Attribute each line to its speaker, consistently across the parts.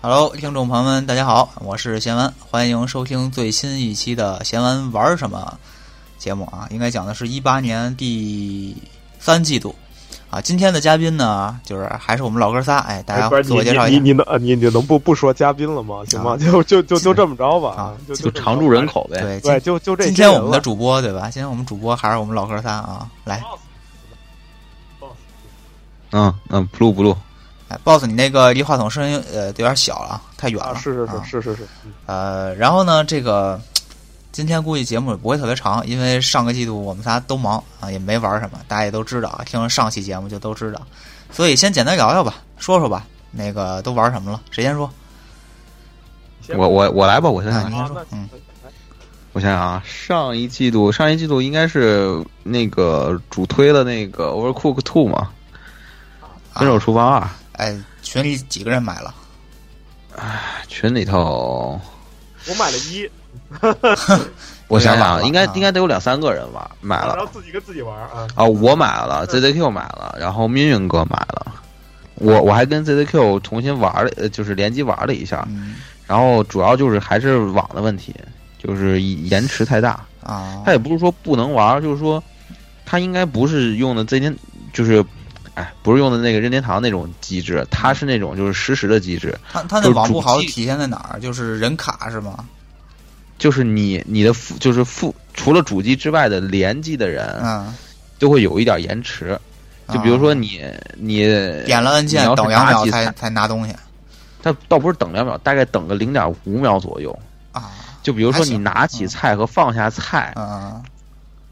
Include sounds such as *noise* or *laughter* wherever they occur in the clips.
Speaker 1: Hello，听众朋友们，大家好，我是贤文，欢迎收听最新一期的贤文玩什么节目啊，应该讲的是一八年第三季度啊。今天的嘉宾呢，就是还是我们老哥仨，哎，大
Speaker 2: 哎
Speaker 1: 家
Speaker 2: 不是
Speaker 1: 自我介绍
Speaker 2: 你
Speaker 1: 一下
Speaker 2: 你你能呃你你能不不说嘉宾了吗？行
Speaker 1: 啊
Speaker 2: 吗？ *laughs* 就就就就这么着吧，
Speaker 1: 啊
Speaker 2: 就
Speaker 1: 就
Speaker 3: 就
Speaker 2: 这么着
Speaker 3: 常住人口呗。
Speaker 1: 对，今
Speaker 2: 对，就就这些
Speaker 1: 今天我
Speaker 2: 人
Speaker 1: 们的
Speaker 2: 了
Speaker 1: 主播对吧？今天我们主播还是我们老哥仨啊，来，
Speaker 3: 嗯嗯，不录不录，
Speaker 1: 哎，boss，你那个离话筒声音呃有点小了，啊，太远了。
Speaker 2: 啊，是是
Speaker 1: 啊
Speaker 2: 是是是是，嗯
Speaker 1: 呃，然后呢，这个今天估计节目也不会特别长，因为上个季度我们仨都忙啊，也没玩什么，大家也都知道啊，听了上期节目就都知道，所以先简单聊聊吧，说说吧，那个都玩什么了？谁先说？
Speaker 2: 行
Speaker 3: 我我我来吧，我想
Speaker 1: 啊，
Speaker 3: 想
Speaker 1: 你
Speaker 3: 啊，
Speaker 1: 先
Speaker 2: 啊
Speaker 1: 说
Speaker 2: 那。
Speaker 1: 嗯，
Speaker 3: 我想想啊，上一季度上一季度应该是那个主推的那个 Overcook Two 嘛，《啊分手厨房二》
Speaker 1: 啊哎，群里几个人买了？
Speaker 3: 群里头，
Speaker 2: 我买了一，
Speaker 3: 我想
Speaker 1: 有人
Speaker 3: 想
Speaker 1: 买
Speaker 3: 啊，
Speaker 1: 了
Speaker 3: 应该
Speaker 1: 啊
Speaker 3: 应该得有两三个人吧，买
Speaker 2: 然后
Speaker 3: 了
Speaker 2: 自己跟自己玩儿啊，
Speaker 3: 啊，我买了，ZZQ 买了，然后命运哥买了。我我还跟 ZZQ 重新玩了，呃就是联机玩了一下，
Speaker 1: 嗯
Speaker 3: 然后主要就是还是网的问题，就是延迟太大。
Speaker 1: 啊
Speaker 3: 它，也不是说不能玩儿，就是说它应该不是用的这天，就是哎，不是用的那个任天堂那种机制，它是那种就是实时的机制，
Speaker 1: 他他那
Speaker 3: 就是
Speaker 1: 网
Speaker 3: 主
Speaker 1: 不好
Speaker 3: 机
Speaker 1: 体现在哪儿？就是人卡是吗？
Speaker 3: 就是你你的副就是副除了主机之外的联机的人
Speaker 1: 嗯，
Speaker 3: 都会有一点延迟，就比如说
Speaker 1: 啊
Speaker 3: 你你
Speaker 1: 点了按键
Speaker 3: 你要是
Speaker 1: 等两
Speaker 3: 拿
Speaker 1: 秒
Speaker 3: 几
Speaker 1: 才
Speaker 3: 台
Speaker 1: 才拿东西
Speaker 3: 它倒不是等两秒，大概等个零点五秒左右。
Speaker 1: 啊，
Speaker 3: 就比如
Speaker 1: 还
Speaker 3: 说
Speaker 1: 行
Speaker 3: 你拿起
Speaker 1: 嗯
Speaker 3: 菜和放下菜
Speaker 1: 嗯，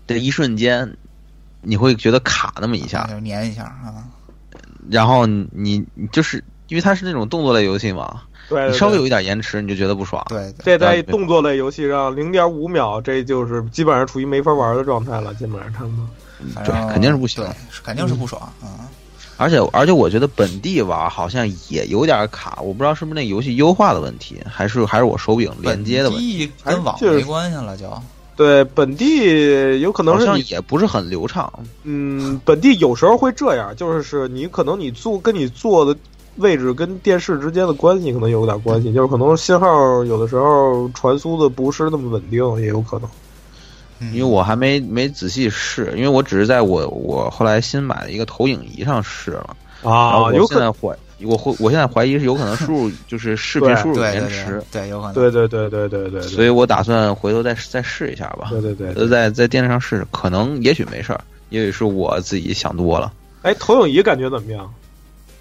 Speaker 3: 的一瞬间，你会觉得卡那么一
Speaker 1: 一
Speaker 3: 下，
Speaker 1: 就粘一下啊，
Speaker 3: 然后你你你就是因为它是那种动作类游戏嘛，
Speaker 2: 对，对
Speaker 3: 你稍微
Speaker 2: 对
Speaker 3: 有一啊点延迟，你就觉得不爽。
Speaker 1: 对对，
Speaker 2: 这在动作类游戏上零点五秒，这就是基本上处于没法玩的状态了，基本上他们
Speaker 1: 反
Speaker 3: 对
Speaker 1: 正
Speaker 3: 肯定是不行
Speaker 1: 对，是肯定是不爽啊。
Speaker 3: 而且而且，我觉得本地玩好像也有点卡，我不知道是不是那游戏优化的问题，还是还是我手柄连接的问题，
Speaker 1: 地
Speaker 3: 嗯
Speaker 1: 跟网没关系了就，
Speaker 2: 对本地有可能
Speaker 3: 好
Speaker 2: 是
Speaker 3: 像
Speaker 2: 你
Speaker 3: 也不是很流畅。
Speaker 2: 嗯，本地有时候会这样，就是是你可能你坐跟你坐的位置跟电视之间的关系可能有点关系，就是可能信号有的时候传输的不是那么稳定，也有可能。
Speaker 1: 嗯
Speaker 3: 因为我还没没仔细试，因为我只是在我我后来新买的一个投影仪上试了，然后
Speaker 2: 啊有
Speaker 3: 我现
Speaker 2: 可
Speaker 3: 在怀我会我现在怀疑是有可能输
Speaker 2: *laughs*
Speaker 3: 入就是视频
Speaker 2: 对
Speaker 3: 输入有
Speaker 1: 对
Speaker 3: 延
Speaker 1: 对对
Speaker 3: 迟，
Speaker 1: 对有可能
Speaker 2: 对对对对对对
Speaker 3: 所
Speaker 2: 对
Speaker 3: 以我打算回头再再试一下吧，
Speaker 2: 对对对
Speaker 3: 呃
Speaker 2: 对。
Speaker 3: 在在电视上试试，可能也许没事儿，也许是我自己想多了。
Speaker 2: 哎，投影仪感觉怎么样？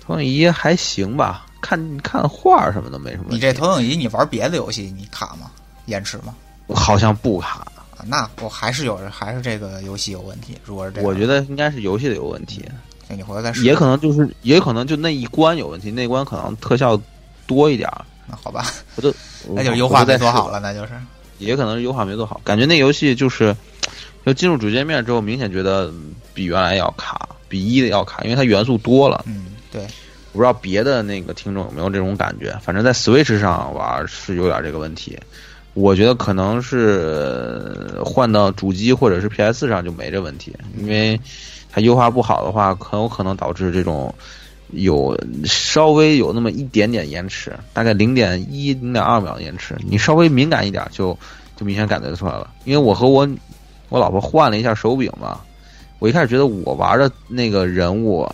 Speaker 3: 投影仪还行吧，看看画儿什么的没什么问题。
Speaker 1: 你这投影仪你玩别的游戏你卡吗？延迟吗？
Speaker 3: 我好像不卡，
Speaker 1: 啊，那我还是有还是这个游戏有问题。如果是这样，
Speaker 3: 我觉得应该是游戏的有问题，
Speaker 1: 得你回头再试。
Speaker 3: 也可能就是也可能就那一关有问题，那一关可能特效多一点儿，
Speaker 1: 那好吧，
Speaker 3: 那
Speaker 1: 那就是优化没做好了，
Speaker 3: 了，
Speaker 1: 那就是
Speaker 3: 也可能是优化没做好。感觉那游戏就是，就进入主界面之后，明显觉得嗯比原来要卡，比一的要卡，因为它元素多了。
Speaker 1: 嗯对，
Speaker 3: 我不知道别的那个听众有没有这种感觉，反正在 Switch 上玩是有点这个问题。我觉得可能是呃换到主机或者是 PS 上就没这问题，因为它优化不好的话，很有可能导致这种有稍微有那么一点点延迟，大概零点一、零点二秒的延迟，你稍微敏感一点就就明显感觉出来了。因为我和我我老婆换了一下手柄嘛，我一开始觉得我玩的那个人物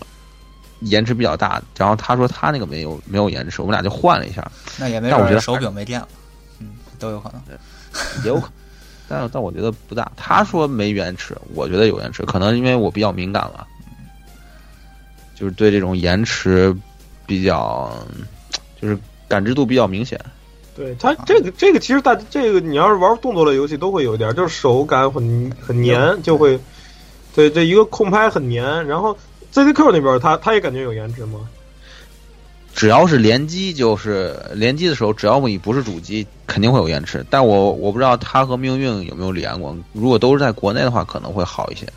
Speaker 3: 延迟比较大，然后他说他那个没有没有延迟，我们俩就换了一下，
Speaker 1: 那也没
Speaker 3: 但我觉
Speaker 1: 准
Speaker 3: 得
Speaker 1: 手柄没电了，嗯，都有可能。
Speaker 3: 也有可能，但但我觉得不大。他说没延迟，我觉得有延迟，可能因为我比较敏感了，就是对这种延迟比较，就是感知度比较明显。
Speaker 2: 对它
Speaker 3: 啊
Speaker 2: 这个这个其实大这个你要是玩动作类游戏都会有一点，就是手感很很黏，就会对这一个空拍很黏。然后 ZDQ 那边它它也感觉有延迟吗？
Speaker 3: 只要是联机，就是联机的时候，只要你不是主机，肯定会有延迟。但我我不知道他和命运有没有连过，如果都是在国内的话，可能会好一些。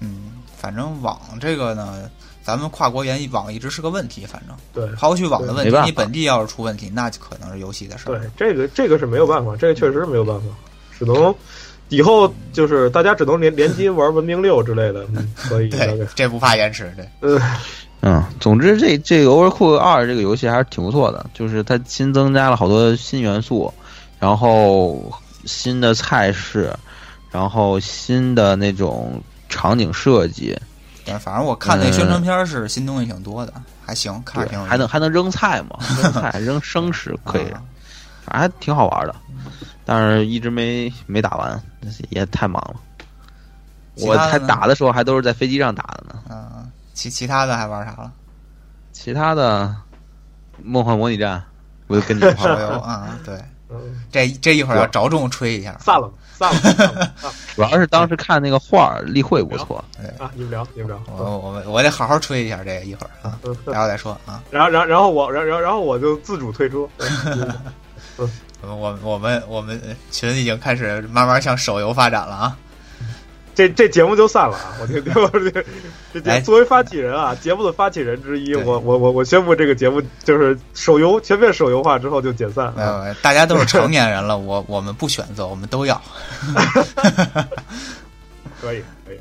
Speaker 1: 嗯，反正网这个呢，咱们跨国联网一直是个问题，反正
Speaker 2: 对，
Speaker 1: 抛去网的问题，
Speaker 3: 没办法
Speaker 1: 你本地要是出问题，那就可能是游戏的事
Speaker 2: 对
Speaker 1: 儿。，
Speaker 2: 这个这个是没有办法，这个确实没有办法，只能以后就
Speaker 1: *laughs*
Speaker 2: 是大家只能联联机玩文明六之类的，嗯，可以大概
Speaker 1: 对，这不怕延迟，对。
Speaker 2: 呃，
Speaker 3: 嗯，总之这这个 Overcook 二这个游戏还是挺不错的，就是它新增加了好多新元素，然后新的菜式，然后新的那种场景设计，
Speaker 1: 但反正我看那宣传片儿是新东西挺多的，还行，看着挺
Speaker 3: 嗯对
Speaker 1: 有意思
Speaker 3: 还能还能扔菜
Speaker 1: *laughs*
Speaker 3: 嘛？扔菜扔生食可以，
Speaker 1: 啊
Speaker 3: 反正还挺好玩的，但是一直没没打完，也太忙了。
Speaker 1: 其
Speaker 3: 我
Speaker 1: 他的
Speaker 3: 还
Speaker 1: 呢
Speaker 3: 打的时候还都是在飞机上打的呢，
Speaker 1: 嗯，其其他的还玩啥了？
Speaker 3: 其他的《梦幻模拟战》我就跟你一块
Speaker 1: 手
Speaker 3: 儿玩，
Speaker 1: 游啊，对，
Speaker 2: 嗯，
Speaker 1: 这这一会儿要着重吹一下。
Speaker 2: 散了，散了，散了啊散了
Speaker 1: *laughs*
Speaker 3: 主要是当时看那个画儿例会不错，
Speaker 2: 啊！你们聊，你们聊。
Speaker 1: 我我我得好好吹一下这个一会儿啊，
Speaker 2: 嗯
Speaker 1: 待会儿再说啊。
Speaker 2: 然后，然后，然后我，然后然后，然后我就自主退出。嗯
Speaker 1: 我我我们我们群已经开始慢慢向手游发展了啊。
Speaker 2: 这这节目就散了啊！我这 *laughs* 我这这
Speaker 1: 哎
Speaker 2: 这作为发起人啊，节目的发起人之一，
Speaker 1: 对
Speaker 2: 我我我我宣布这个节目就是手游全面手游化之后就解散。
Speaker 1: 没有，没有大家都是成年人了，我我们不选择，我们都要。嗯
Speaker 2: 可以可以。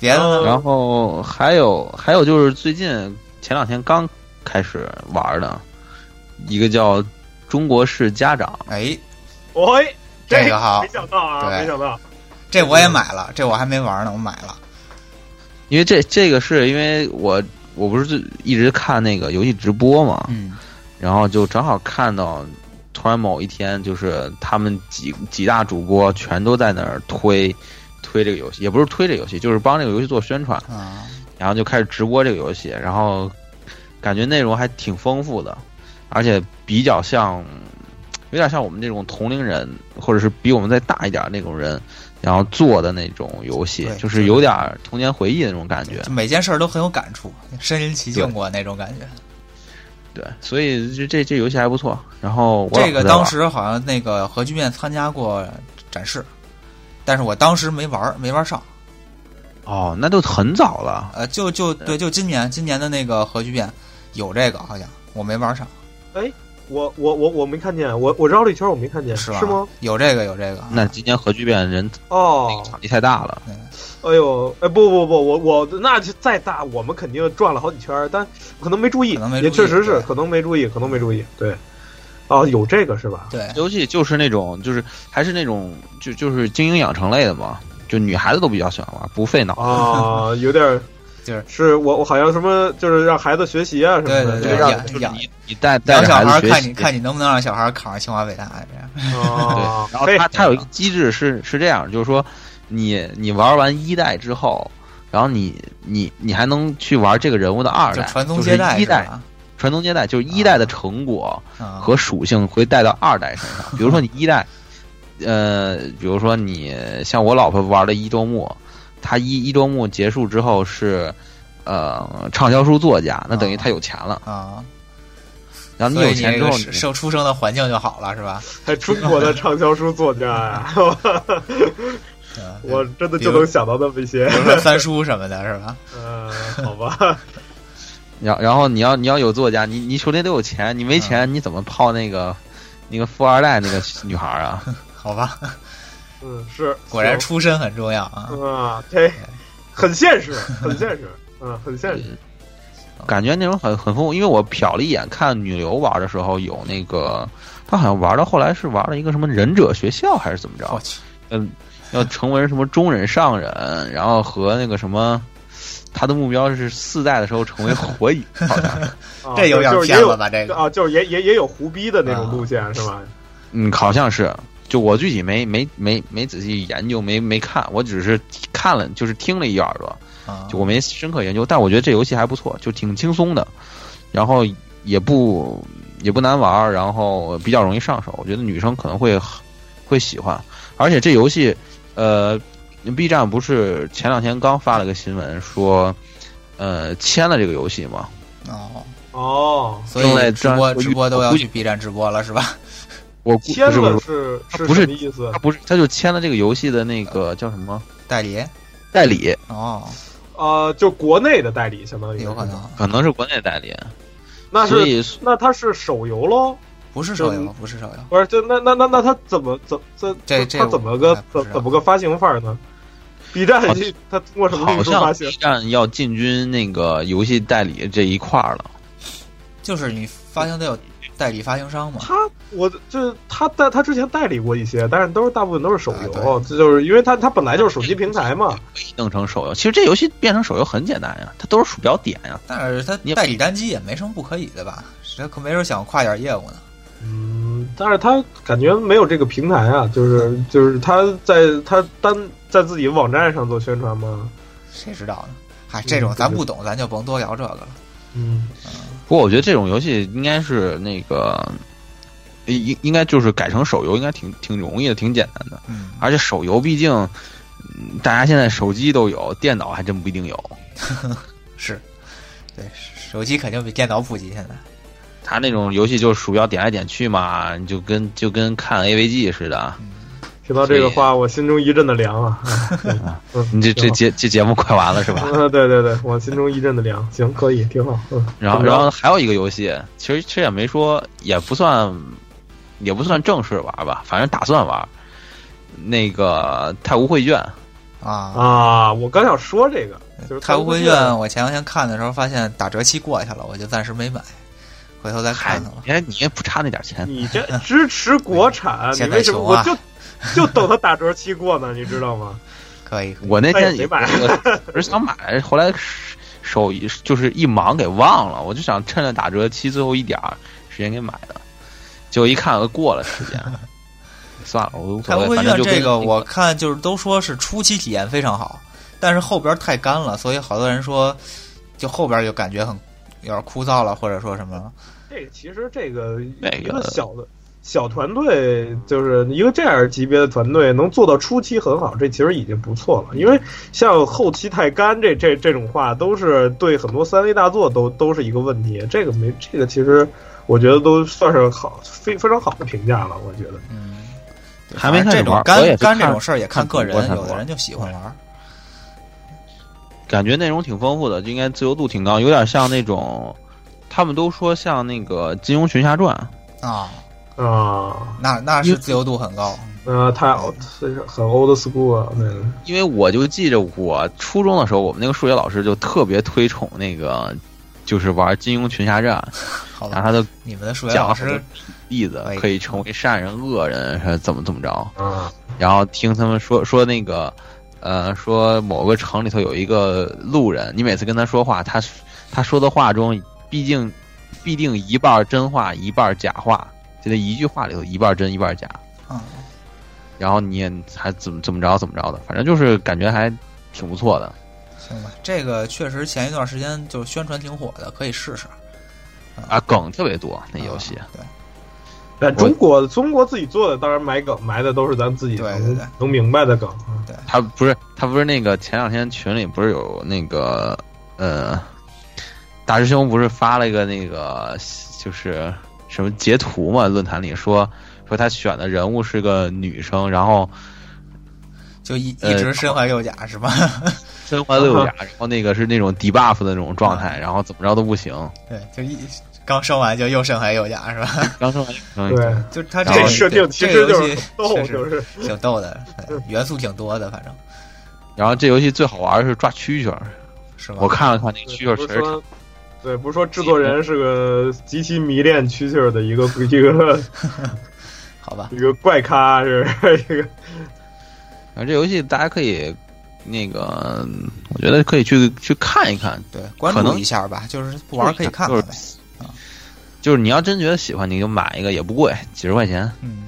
Speaker 1: 别的呢？
Speaker 2: 嗯
Speaker 3: 然后还有还有就是最近前两天刚开始玩的一个叫《中国式家长》，
Speaker 1: 哎，
Speaker 2: 喂，
Speaker 1: 这个好
Speaker 2: 没想到啊，
Speaker 1: 对
Speaker 2: 没想到。
Speaker 1: 这我也买了，这我还没玩呢，我买了。
Speaker 3: 因为这这个是因为我我不是就一直看那个游戏直播嘛，
Speaker 1: 嗯，
Speaker 3: 然后就正好看到，突然某一天就是他们几几大主播全都在那儿推推这个游戏，也不是推这个游戏，就是帮这个游戏做宣传，
Speaker 1: 啊，
Speaker 3: 然后就开始直播这个游戏，然后感觉内容还挺丰富的，而且比较像，有点像我们这种同龄人，或者是比我们再大一点那种人，然后做的那种游戏
Speaker 1: 对，
Speaker 3: 就是有点童年回忆的那种感觉
Speaker 1: 就。每件事儿都很有感触，身临其境过那种感觉。
Speaker 3: 对，所以这这这游戏还不错。然后我老
Speaker 1: 这个
Speaker 3: 婆在玩
Speaker 1: 当时好像那个核聚变参加过展示，但是我当时没玩儿，没玩上。
Speaker 3: 哦，那都很早了。
Speaker 1: 呃，就就对，就今年今年的那个核聚变有这个，好像我没玩上，
Speaker 2: 我我我我没看见，我我绕了一圈我没看见，
Speaker 1: 是
Speaker 2: 是
Speaker 1: 吧？
Speaker 2: 吗？？
Speaker 1: 有这个，有这个。
Speaker 3: 那今年核聚变人
Speaker 2: 哦，
Speaker 3: 场地太大了，
Speaker 2: 哎呦，哎不不不，我我那就再大，我们肯定转了好几圈儿，但可能没注意，
Speaker 1: 可能没注意
Speaker 2: 也确实是
Speaker 1: 对
Speaker 2: 可能没注意，可能没注意。对，哦，有这个是吧？
Speaker 1: 对，
Speaker 3: 游戏就是那种就是还是那种就就是精英养成类的嘛，就女孩子都比较喜欢玩，不费脑。
Speaker 2: 啊，有点儿
Speaker 1: *laughs* 就是
Speaker 2: 是我我好像什么就是让孩子学习啊什么的，
Speaker 1: 对
Speaker 3: 就让
Speaker 1: 养
Speaker 3: 就是
Speaker 1: 养
Speaker 3: 你你带带
Speaker 1: 养
Speaker 3: 着
Speaker 1: 小
Speaker 3: 孩
Speaker 1: 孩儿
Speaker 3: 子学
Speaker 1: 看
Speaker 3: 习
Speaker 1: 你，看你能不能让小孩儿考上清华北大哎这样。
Speaker 3: 对，
Speaker 2: 啊，
Speaker 3: 然后
Speaker 2: 嘿
Speaker 3: 它
Speaker 1: 嗯
Speaker 3: 它有一个机制是是这样，就是说你你玩完一代之后。然后你你你还能去玩这个人物的二
Speaker 1: 就
Speaker 3: 代，
Speaker 1: 传宗接代
Speaker 3: 就是一
Speaker 1: 是
Speaker 3: 代
Speaker 1: 吧？
Speaker 3: 传宗接代，就是一代的成果，
Speaker 1: 啊，
Speaker 3: 和属性会带到二代身上。比如说你一代，呃，比如说你像我老婆玩的一周目，她一一周目结束之后是呃畅销书作家，那等于她有钱了。
Speaker 1: 啊，
Speaker 3: 然后
Speaker 1: 所以
Speaker 3: 你有钱
Speaker 1: 这
Speaker 3: 之
Speaker 1: 个
Speaker 3: 后，
Speaker 1: 是受出生的环境就好了是吧？
Speaker 2: 还中国的畅销书作家呀， *laughs*
Speaker 1: 嗯，
Speaker 2: 我真的
Speaker 1: 比如
Speaker 2: 就能想到那么一些
Speaker 1: 比，如说三叔什么的是吧？
Speaker 2: 呃，好吧，
Speaker 3: 你然后然后你要你要有作家，你你首先得有钱，你没钱你怎么泡那个那个富二代那个女孩啊？
Speaker 1: 好吧，
Speaker 2: 嗯，是，
Speaker 1: 果然出身很重要啊。
Speaker 2: 啊，这很现实，很现
Speaker 1: *laughs*
Speaker 2: 实，嗯，很现实，
Speaker 3: *laughs* 感觉那种很很丰富，因为我瞟了一眼，看女流玩的时候有那个，她好像玩到后来是玩了一个什么忍者学校还是怎么着？
Speaker 1: 我去，
Speaker 3: 要成为什么中忍上忍，然后和那个什么，他的目标是四代的时候成为火影，好像是，
Speaker 2: 啊
Speaker 1: 这有点
Speaker 2: 就是
Speaker 1: 偏
Speaker 2: 也有
Speaker 1: 了啊吧？这个
Speaker 2: 啊，就是也也也有胡逼的那种路线是吧？
Speaker 3: 嗯，好像是。就我具体没没没没仔细研究，没没看，我只是看了，就是听了一耳朵，
Speaker 1: 啊
Speaker 3: 就，我没深刻研究。但我觉得这游戏还不错，就挺轻松的，然后也不也不难玩儿，然后比较容易上手。我觉得女生可能会会喜欢，而且这游戏，呃，B 站不是前两天刚发了个新闻说，呃，签了这个游戏嘛，
Speaker 1: 哦，
Speaker 2: 哦，
Speaker 1: 所
Speaker 3: 正在
Speaker 1: 以直播
Speaker 3: 正在
Speaker 1: 直播都要
Speaker 3: 我估
Speaker 1: 去 B 站直播了是吧？ *laughs*
Speaker 3: 我估
Speaker 2: 签
Speaker 3: 不是不
Speaker 2: 了
Speaker 3: 是
Speaker 2: 是是
Speaker 3: 不
Speaker 2: 什
Speaker 3: 是
Speaker 2: 么意思
Speaker 3: 他？不是他就签了这个游戏的那个叫什么
Speaker 1: 代理
Speaker 3: 代理，
Speaker 1: 哦，
Speaker 2: 呃，就国内的代理相当于是
Speaker 1: 有可，能
Speaker 3: 可能是国内代理，
Speaker 2: 嗯那
Speaker 3: 所
Speaker 2: 是
Speaker 3: 以
Speaker 2: 那它是手游喽？
Speaker 1: 不是
Speaker 2: 就
Speaker 1: 手游，不是手游。
Speaker 2: 不是，就那那那那它怎么怎这
Speaker 1: 这这
Speaker 2: 它怎么个
Speaker 1: 我还不
Speaker 2: 怎
Speaker 1: 知道
Speaker 2: 怎么个发行法呢？ B 站
Speaker 3: 好
Speaker 2: 这它通过什么
Speaker 3: 好
Speaker 2: 技术发
Speaker 3: 像
Speaker 2: 现
Speaker 3: B 站要进军那个游戏代理这一块儿了。
Speaker 1: 就是你发行得有代理发行商
Speaker 2: *laughs*
Speaker 1: 嘛，
Speaker 2: 他，我就是他代他之前代理过一些，但是都是大部分都是手
Speaker 1: 啊
Speaker 2: 游，这就是因为他他本来就是手机平台嘛。
Speaker 3: 弄成手游，其实这游戏变成手游很简单呀，它都是鼠标点呀。
Speaker 1: 但是它
Speaker 3: 你
Speaker 1: 代理单机也没什么不可以的吧？谁可没人想跨点业务呢？
Speaker 2: 嗯，但是他感觉没有这个平台啊，就是就是他在他单在自己网站上做宣传嘛。
Speaker 1: 谁知道呢？嗨，这种
Speaker 2: 嗯
Speaker 1: 咱
Speaker 2: 对
Speaker 1: 不懂，咱就甭多聊这个了。
Speaker 2: 嗯，
Speaker 3: 不过我觉得这种游戏应该是那个，应应应该就是改成手游，应该挺挺容易的，挺简单的。
Speaker 1: 嗯，
Speaker 3: 而且手游毕竟，嗯大家现在手机都有，电脑还真不一定有。
Speaker 1: 是，对，手机肯定比电脑普及现在。
Speaker 3: 它那种游戏就是鼠标点来点去嘛，你就跟就跟看 AVG 似的。
Speaker 2: 听到这个话，我心中一阵的凉
Speaker 1: *laughs*
Speaker 2: 啊。嗯，
Speaker 3: 你这这
Speaker 2: 挺
Speaker 3: 节这节目快完了是吧
Speaker 2: 好。？嗯，对对对，我心中一阵的凉。行，可以，挺好。嗯，
Speaker 1: 啊
Speaker 3: 然后
Speaker 2: 怎么着
Speaker 3: 然后还有一个游戏，其实其实也没说，也不算，也不算正式玩吧，反正打算玩。那个太无绘卷，
Speaker 1: 啊，
Speaker 2: 啊，我刚想说这个，就是
Speaker 1: 太无归
Speaker 2: 太无归
Speaker 1: 卷，我前两天看的时候发现打折期过去了，我就暂时没买，回头再
Speaker 3: 嗨
Speaker 1: 看看吧，。
Speaker 3: 哎你你也不差那点钱。
Speaker 2: 你这支持国产，你
Speaker 1: *laughs* 现在
Speaker 2: 为什么
Speaker 1: 穷啊
Speaker 2: 我就就等它打折期过呢？你知道吗？
Speaker 1: 可以，可以
Speaker 3: 我那
Speaker 2: 那
Speaker 3: 天
Speaker 2: 也没买
Speaker 3: 我我是想买，后来手就是一忙给忘了，我就想趁着打折期最后一点儿时间给买的，结果一看呃过了时间，
Speaker 1: *laughs*
Speaker 3: 算了，我无
Speaker 1: 太
Speaker 3: 所
Speaker 1: 空
Speaker 3: 谓，
Speaker 1: 会
Speaker 3: 反正
Speaker 1: 卷
Speaker 3: 就跟
Speaker 1: 这个我看就是都说是初期体验非常好，但是后边太干了，所以好多人说就后边就感觉很有点枯燥了，或者说什么
Speaker 2: 这个其实这个
Speaker 3: 那个
Speaker 2: 一个小的小团队，就是一个这样级别的团队能做到初期很好，这其实已经不错了。因为像后期太干这这这种话，都是对很多三 A 大作都都是一个问题。这个没这个其实。我觉得都算是好非非常好的评价了，我觉得。
Speaker 1: 嗯，对
Speaker 3: 还没
Speaker 1: 反正
Speaker 3: 开
Speaker 1: 这
Speaker 3: 始
Speaker 1: 种
Speaker 3: 玩我
Speaker 1: 干
Speaker 3: 也是
Speaker 1: 干这
Speaker 3: 看
Speaker 1: 种事儿也看个
Speaker 3: 看主播
Speaker 1: 人，
Speaker 3: 才
Speaker 1: 有的
Speaker 3: 玩嗯
Speaker 1: 人就喜欢玩儿，
Speaker 3: 感觉内容挺丰富的，就应该自由度挺高，有点像那种，他们都说像那个《金庸群侠传》，
Speaker 1: 啊，
Speaker 2: 啊，
Speaker 1: 那
Speaker 3: 嗯
Speaker 1: 那是自由度很高，
Speaker 2: 那太 old，很 old school 啊，那个。
Speaker 3: 因为我就记着我初中的时候，我们那个数学老师就特别推崇那个，就是玩《金庸群侠传
Speaker 1: 好》，
Speaker 3: 然
Speaker 1: 吧？
Speaker 3: 后他就
Speaker 1: 你们的数学
Speaker 3: 啊讲
Speaker 1: 老
Speaker 3: 了很多
Speaker 1: 师
Speaker 3: 例子
Speaker 1: 哎，
Speaker 3: 可以成为善人、恶人，是怎么怎么着。
Speaker 2: 啊，
Speaker 3: 然后听他们说说那个，呃，说某个城里头有一个路人，你每次跟他说话，他他说的话中，毕竟必定一半儿真话，一半儿假话，就那一句话里头一半儿真，一半儿假。
Speaker 1: 嗯，
Speaker 3: 然后你也还怎么怎么着怎么着的，反正就是感觉还挺不错的。
Speaker 1: 行吧，这个确实前一段时间就是宣传挺火的，可以试试
Speaker 3: 啊，梗特别多那游戏，
Speaker 1: 啊对
Speaker 2: 但中国中国自己做的，当然埋梗埋的都是咱自己
Speaker 1: 对
Speaker 2: 能
Speaker 1: 对对
Speaker 2: 能明白的梗。啊
Speaker 3: 他不是他不是那个前两天群里不是有那个呃，大师兄不是发了一个那个就是什么截图嘛？论坛里说说他选的人物是个女生，然后
Speaker 1: 就一一
Speaker 3: 呃
Speaker 1: 直身怀六甲是吧？ *laughs*
Speaker 3: 身怀六甲，然后那个是那种 debuff 的那种状态，然后怎么着都不行，
Speaker 1: 对，就一刚生完就又身怀六甲是吧？
Speaker 3: 刚生完就生一个
Speaker 2: 嗯对，
Speaker 1: 就是他
Speaker 3: 然
Speaker 1: 这
Speaker 3: 后
Speaker 2: 这设定其实就是很逗，
Speaker 1: 是
Speaker 2: 就是
Speaker 1: 挺逗
Speaker 2: *laughs*
Speaker 1: 的，呃元素挺多的，反正
Speaker 3: 然后这游戏最好玩的是抓蛐蛐儿，
Speaker 1: 是吧？
Speaker 3: 我看了看那个蛐蛐儿，
Speaker 2: 不
Speaker 3: 确
Speaker 2: 是
Speaker 3: 实挺
Speaker 2: 说，对，不是说制作人是个极其迷恋蛐蛐儿的一个一个
Speaker 1: 好吧，
Speaker 2: 一个怪咖，是一个
Speaker 3: 然后这游戏大家可以那个，嗯我觉得可以去去看一看，
Speaker 1: 对，关
Speaker 3: 可
Speaker 1: 注
Speaker 3: 能
Speaker 1: 一下吧，就是不玩可以看
Speaker 3: 就
Speaker 1: 看
Speaker 3: 是
Speaker 1: 呗。
Speaker 3: 就是你要真觉得喜欢，你就买一个，也不贵，几十块钱
Speaker 1: 嗯，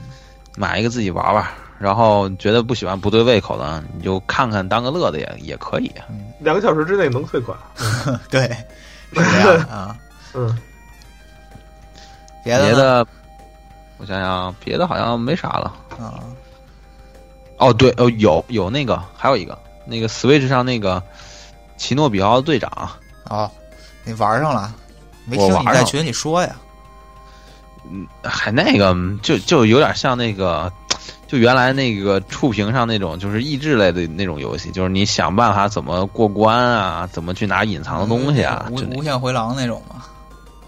Speaker 3: 买一个自己玩玩。然后觉得不喜欢不对胃口的，你就看看当个乐子也也可以。
Speaker 2: 两个小时之内能退款。
Speaker 1: 对，是这样
Speaker 3: *laughs*
Speaker 1: 啊。
Speaker 2: 嗯，
Speaker 1: 别
Speaker 3: 别
Speaker 1: 的呢
Speaker 3: 的，我想想，别的好像没啥了。
Speaker 1: 啊，
Speaker 3: 哦，对，哦，有有那个，还有一个那个 Switch 上那个奇诺比奥队长，
Speaker 1: 哦，你玩上了，没
Speaker 3: 我
Speaker 1: 听你
Speaker 3: 玩
Speaker 1: 在
Speaker 3: 上
Speaker 1: 群里说呀？
Speaker 3: 还那个嗯就就有点像那个，就原来那个触屏上那种就是益智类的那种游戏，就是你想办法怎么过关啊，怎么去拿隐藏的东西啊，
Speaker 1: 无
Speaker 3: 就那
Speaker 1: 无限回廊那种嘛。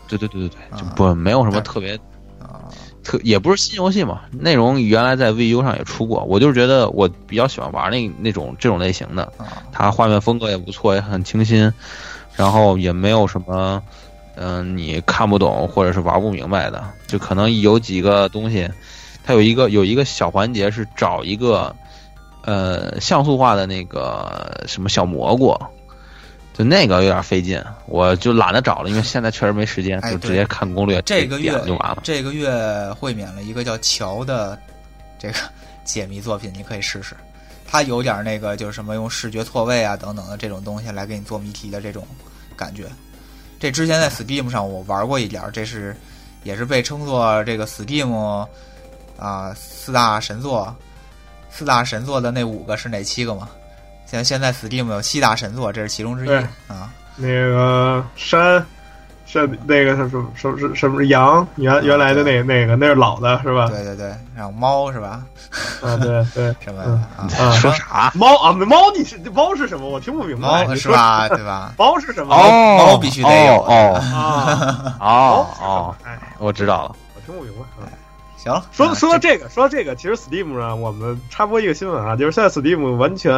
Speaker 3: 对对对对对，就
Speaker 1: 啊
Speaker 3: 不没有什么特别
Speaker 1: 啊，
Speaker 3: 特也不是新游戏嘛，内容原来在 VU 上也出过。我就是觉得我比较喜欢玩那那种这种类型的，
Speaker 1: 啊，
Speaker 3: 它画面风格也不错，也很清新，然后也没有什么，嗯、你看不懂或者是玩不明白的，就可能有几个东西，它有一个有一个小环节是找一个，呃，像素化的那个什么小蘑菇。就那个有点费劲，我就懒得找了，因为现在确实没时间，
Speaker 1: 哎
Speaker 3: 就直
Speaker 1: 对
Speaker 3: 接看攻略，
Speaker 1: 这个月
Speaker 3: 点就完了。
Speaker 1: 这个月会免了一个叫《桥》的这个解谜作品，你可以试试。它有点那个就是什么用视觉错位啊等等的这种东西来给你做谜题的这种感觉。这之前在 Steam 上我玩过一点儿，这是也是被称作这个 Steam 啊、四大神作，四大神作的那五个是哪七个吗？现在现在 Steam 有七大神作，这是其中之一
Speaker 2: 对
Speaker 1: 啊。
Speaker 2: 那个山，是那个什么什么什么什么羊，原原来的那那个那是老的是吧？
Speaker 1: 对对对，然后猫是吧？
Speaker 2: 啊，对对。
Speaker 1: 什么的
Speaker 2: 嗯
Speaker 1: 啊？
Speaker 2: 啊
Speaker 3: 说啥？
Speaker 2: 猫啊，猫，你是猫是什么？我听不明白。
Speaker 1: 猫
Speaker 2: 你
Speaker 1: 是
Speaker 2: 说？
Speaker 1: 吧？对吧？
Speaker 2: 猫是什么？
Speaker 1: 猫必须得有
Speaker 3: 哦
Speaker 1: *laughs*
Speaker 2: 啊，
Speaker 3: 哦哦
Speaker 2: 猫
Speaker 3: 哦，
Speaker 2: 是什么哎，
Speaker 3: 我知道了。
Speaker 2: 我听不明白。啊
Speaker 1: 行了，
Speaker 2: 说
Speaker 1: 啊
Speaker 2: 说到这个，说到这个，其实 Steam 上我们插播一个新闻啊，就是现在 Steam 完全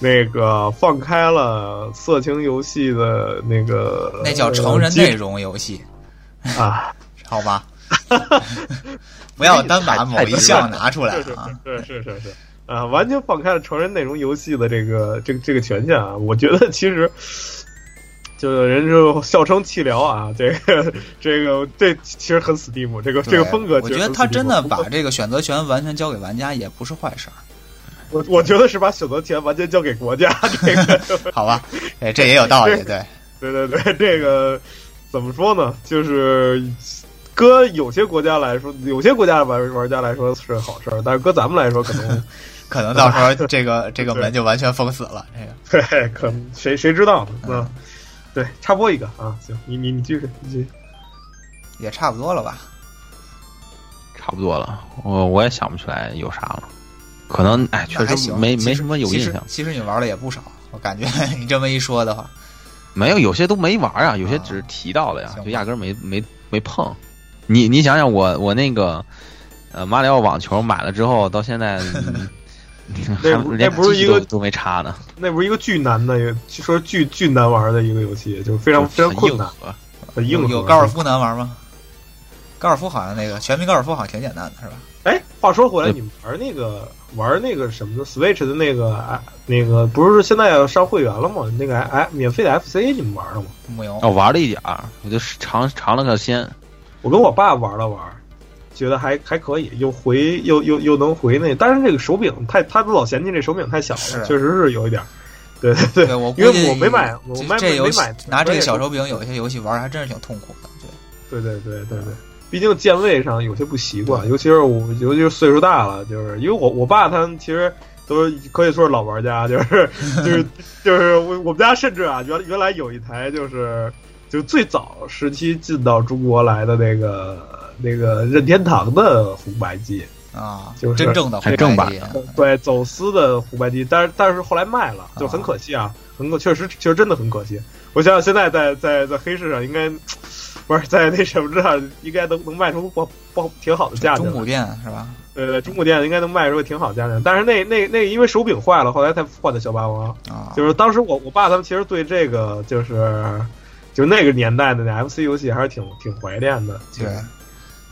Speaker 2: 那个放开了色情游戏的那个
Speaker 1: 那叫成人内
Speaker 2: 内
Speaker 1: 容游戏， *laughs*
Speaker 2: 啊，
Speaker 1: 好
Speaker 3: *laughs*
Speaker 1: 吧？不要单把某一项拿出来
Speaker 2: 是是
Speaker 1: 啊！
Speaker 2: 是是是是啊，完全放开了成人内容游戏的这个这个这个权限啊，我觉得其实。就是人就笑称气疗啊，这个这个这其实很 Steam，这个这个
Speaker 1: 对
Speaker 2: 风格
Speaker 1: 我
Speaker 2: 其实
Speaker 1: 觉
Speaker 2: 很
Speaker 1: 得
Speaker 2: Steam，
Speaker 1: 他真的把
Speaker 2: 不过
Speaker 1: 这个选择权完全交给玩家也不是坏事儿，
Speaker 2: 我我觉得是把选择权完全交给国家，这个
Speaker 1: 好吧？
Speaker 2: *laughs*
Speaker 1: 哎，这也有道理，对，
Speaker 2: 对对对，这个怎么说呢？就是搁有些国家来说，有些国家的玩玩家来说是好事儿，但是搁咱们来说，可能
Speaker 1: 可能到时
Speaker 2: *laughs*
Speaker 1: 候这个这个门就完全封死了。这个
Speaker 2: 对，可能谁谁知道呢？嗯，对，插播一个啊，行，你你你继续，你继续。
Speaker 1: 也差不多了吧？
Speaker 3: 差不多了，我我也想不起来有啥了，可能
Speaker 1: 那
Speaker 3: 哎，确
Speaker 1: 还
Speaker 3: 实
Speaker 1: 行，
Speaker 3: 没
Speaker 1: 其实
Speaker 3: 没什么有印象，
Speaker 1: 其实其实你玩的也不少，我感
Speaker 2: *laughs*
Speaker 1: 觉你这么一说的话，
Speaker 3: 没有有些都没玩啊，有些只是提到了呀
Speaker 1: 行，吧
Speaker 3: 就压根儿没没没碰。你你想想我我那个呃马里奥网球买了之后，到
Speaker 1: *laughs*
Speaker 3: 现在嗯
Speaker 2: 那
Speaker 3: 还
Speaker 2: 不
Speaker 3: 连
Speaker 2: 那不是
Speaker 3: 机器
Speaker 2: 一个
Speaker 3: 都都没插呢，
Speaker 2: 那不是一个巨难的，也据说巨巨难玩的一个游戏，就是非常非
Speaker 3: 就
Speaker 2: 常
Speaker 3: 很
Speaker 2: 困
Speaker 3: 硬
Speaker 2: 难，
Speaker 3: 核。
Speaker 2: 很硬
Speaker 1: 有
Speaker 2: 核。
Speaker 1: 有高尔夫难玩吗？高尔夫好像那个全民高尔夫好像挺简单的，是吧？
Speaker 2: 哎，话说回来，
Speaker 3: 对
Speaker 2: 你们玩那个玩那个什么的 Switch 的那个哎那个，不是现在要上会员了吗？那个哎免费的 FC 你们玩了吗？
Speaker 1: 木有。
Speaker 3: 哦，玩了一点儿，我就尝尝了个鲜，
Speaker 2: 我跟我爸玩了玩，觉得还还可以，又回又又又能回那，但是这个手柄太，他老嫌弃这手柄太小
Speaker 1: 是
Speaker 2: 了，确实是有一点儿。对对对，
Speaker 1: 对我估
Speaker 2: 因为
Speaker 1: 计
Speaker 2: 我没买我
Speaker 1: 这
Speaker 2: 没
Speaker 1: 这
Speaker 2: 没
Speaker 1: 游戏
Speaker 2: 买
Speaker 1: 拿这个小
Speaker 2: 我也
Speaker 1: 手柄，有一些游戏玩儿还真是挺痛苦的。对，
Speaker 2: 对对对对对，毕竟键位上有些不习惯，尤其是我，尤其是岁数大了，就是因为我我爸他们其实都是可以说是老玩家， *laughs* 就是就是就是我我们家甚至啊，原原来有一台就是就最早时期进到中国来的那个那个任天堂的红白机，
Speaker 1: 啊，
Speaker 2: 就是
Speaker 1: 真正的
Speaker 3: 还
Speaker 1: 红
Speaker 3: 正
Speaker 1: 白
Speaker 3: 版
Speaker 1: 机
Speaker 2: *laughs* 对，走私的红白机，但是但是后来卖了，就很可惜啊，很可确实确实真的很可惜。我想想现在在在在黑市上应该，不是在那什么上应该能能卖出不不挺好的价钱
Speaker 1: 中
Speaker 2: 了，
Speaker 1: 古店是吧？
Speaker 2: 对对，中古店应该能卖出挺好的价钱。但是那那那因为手柄坏了，后来才换的小霸王，
Speaker 1: 啊，
Speaker 2: 就是当时我我爸他们其实对这个就是。就那个年代的那 FC 游戏还是挺挺怀念的，其实
Speaker 1: 对，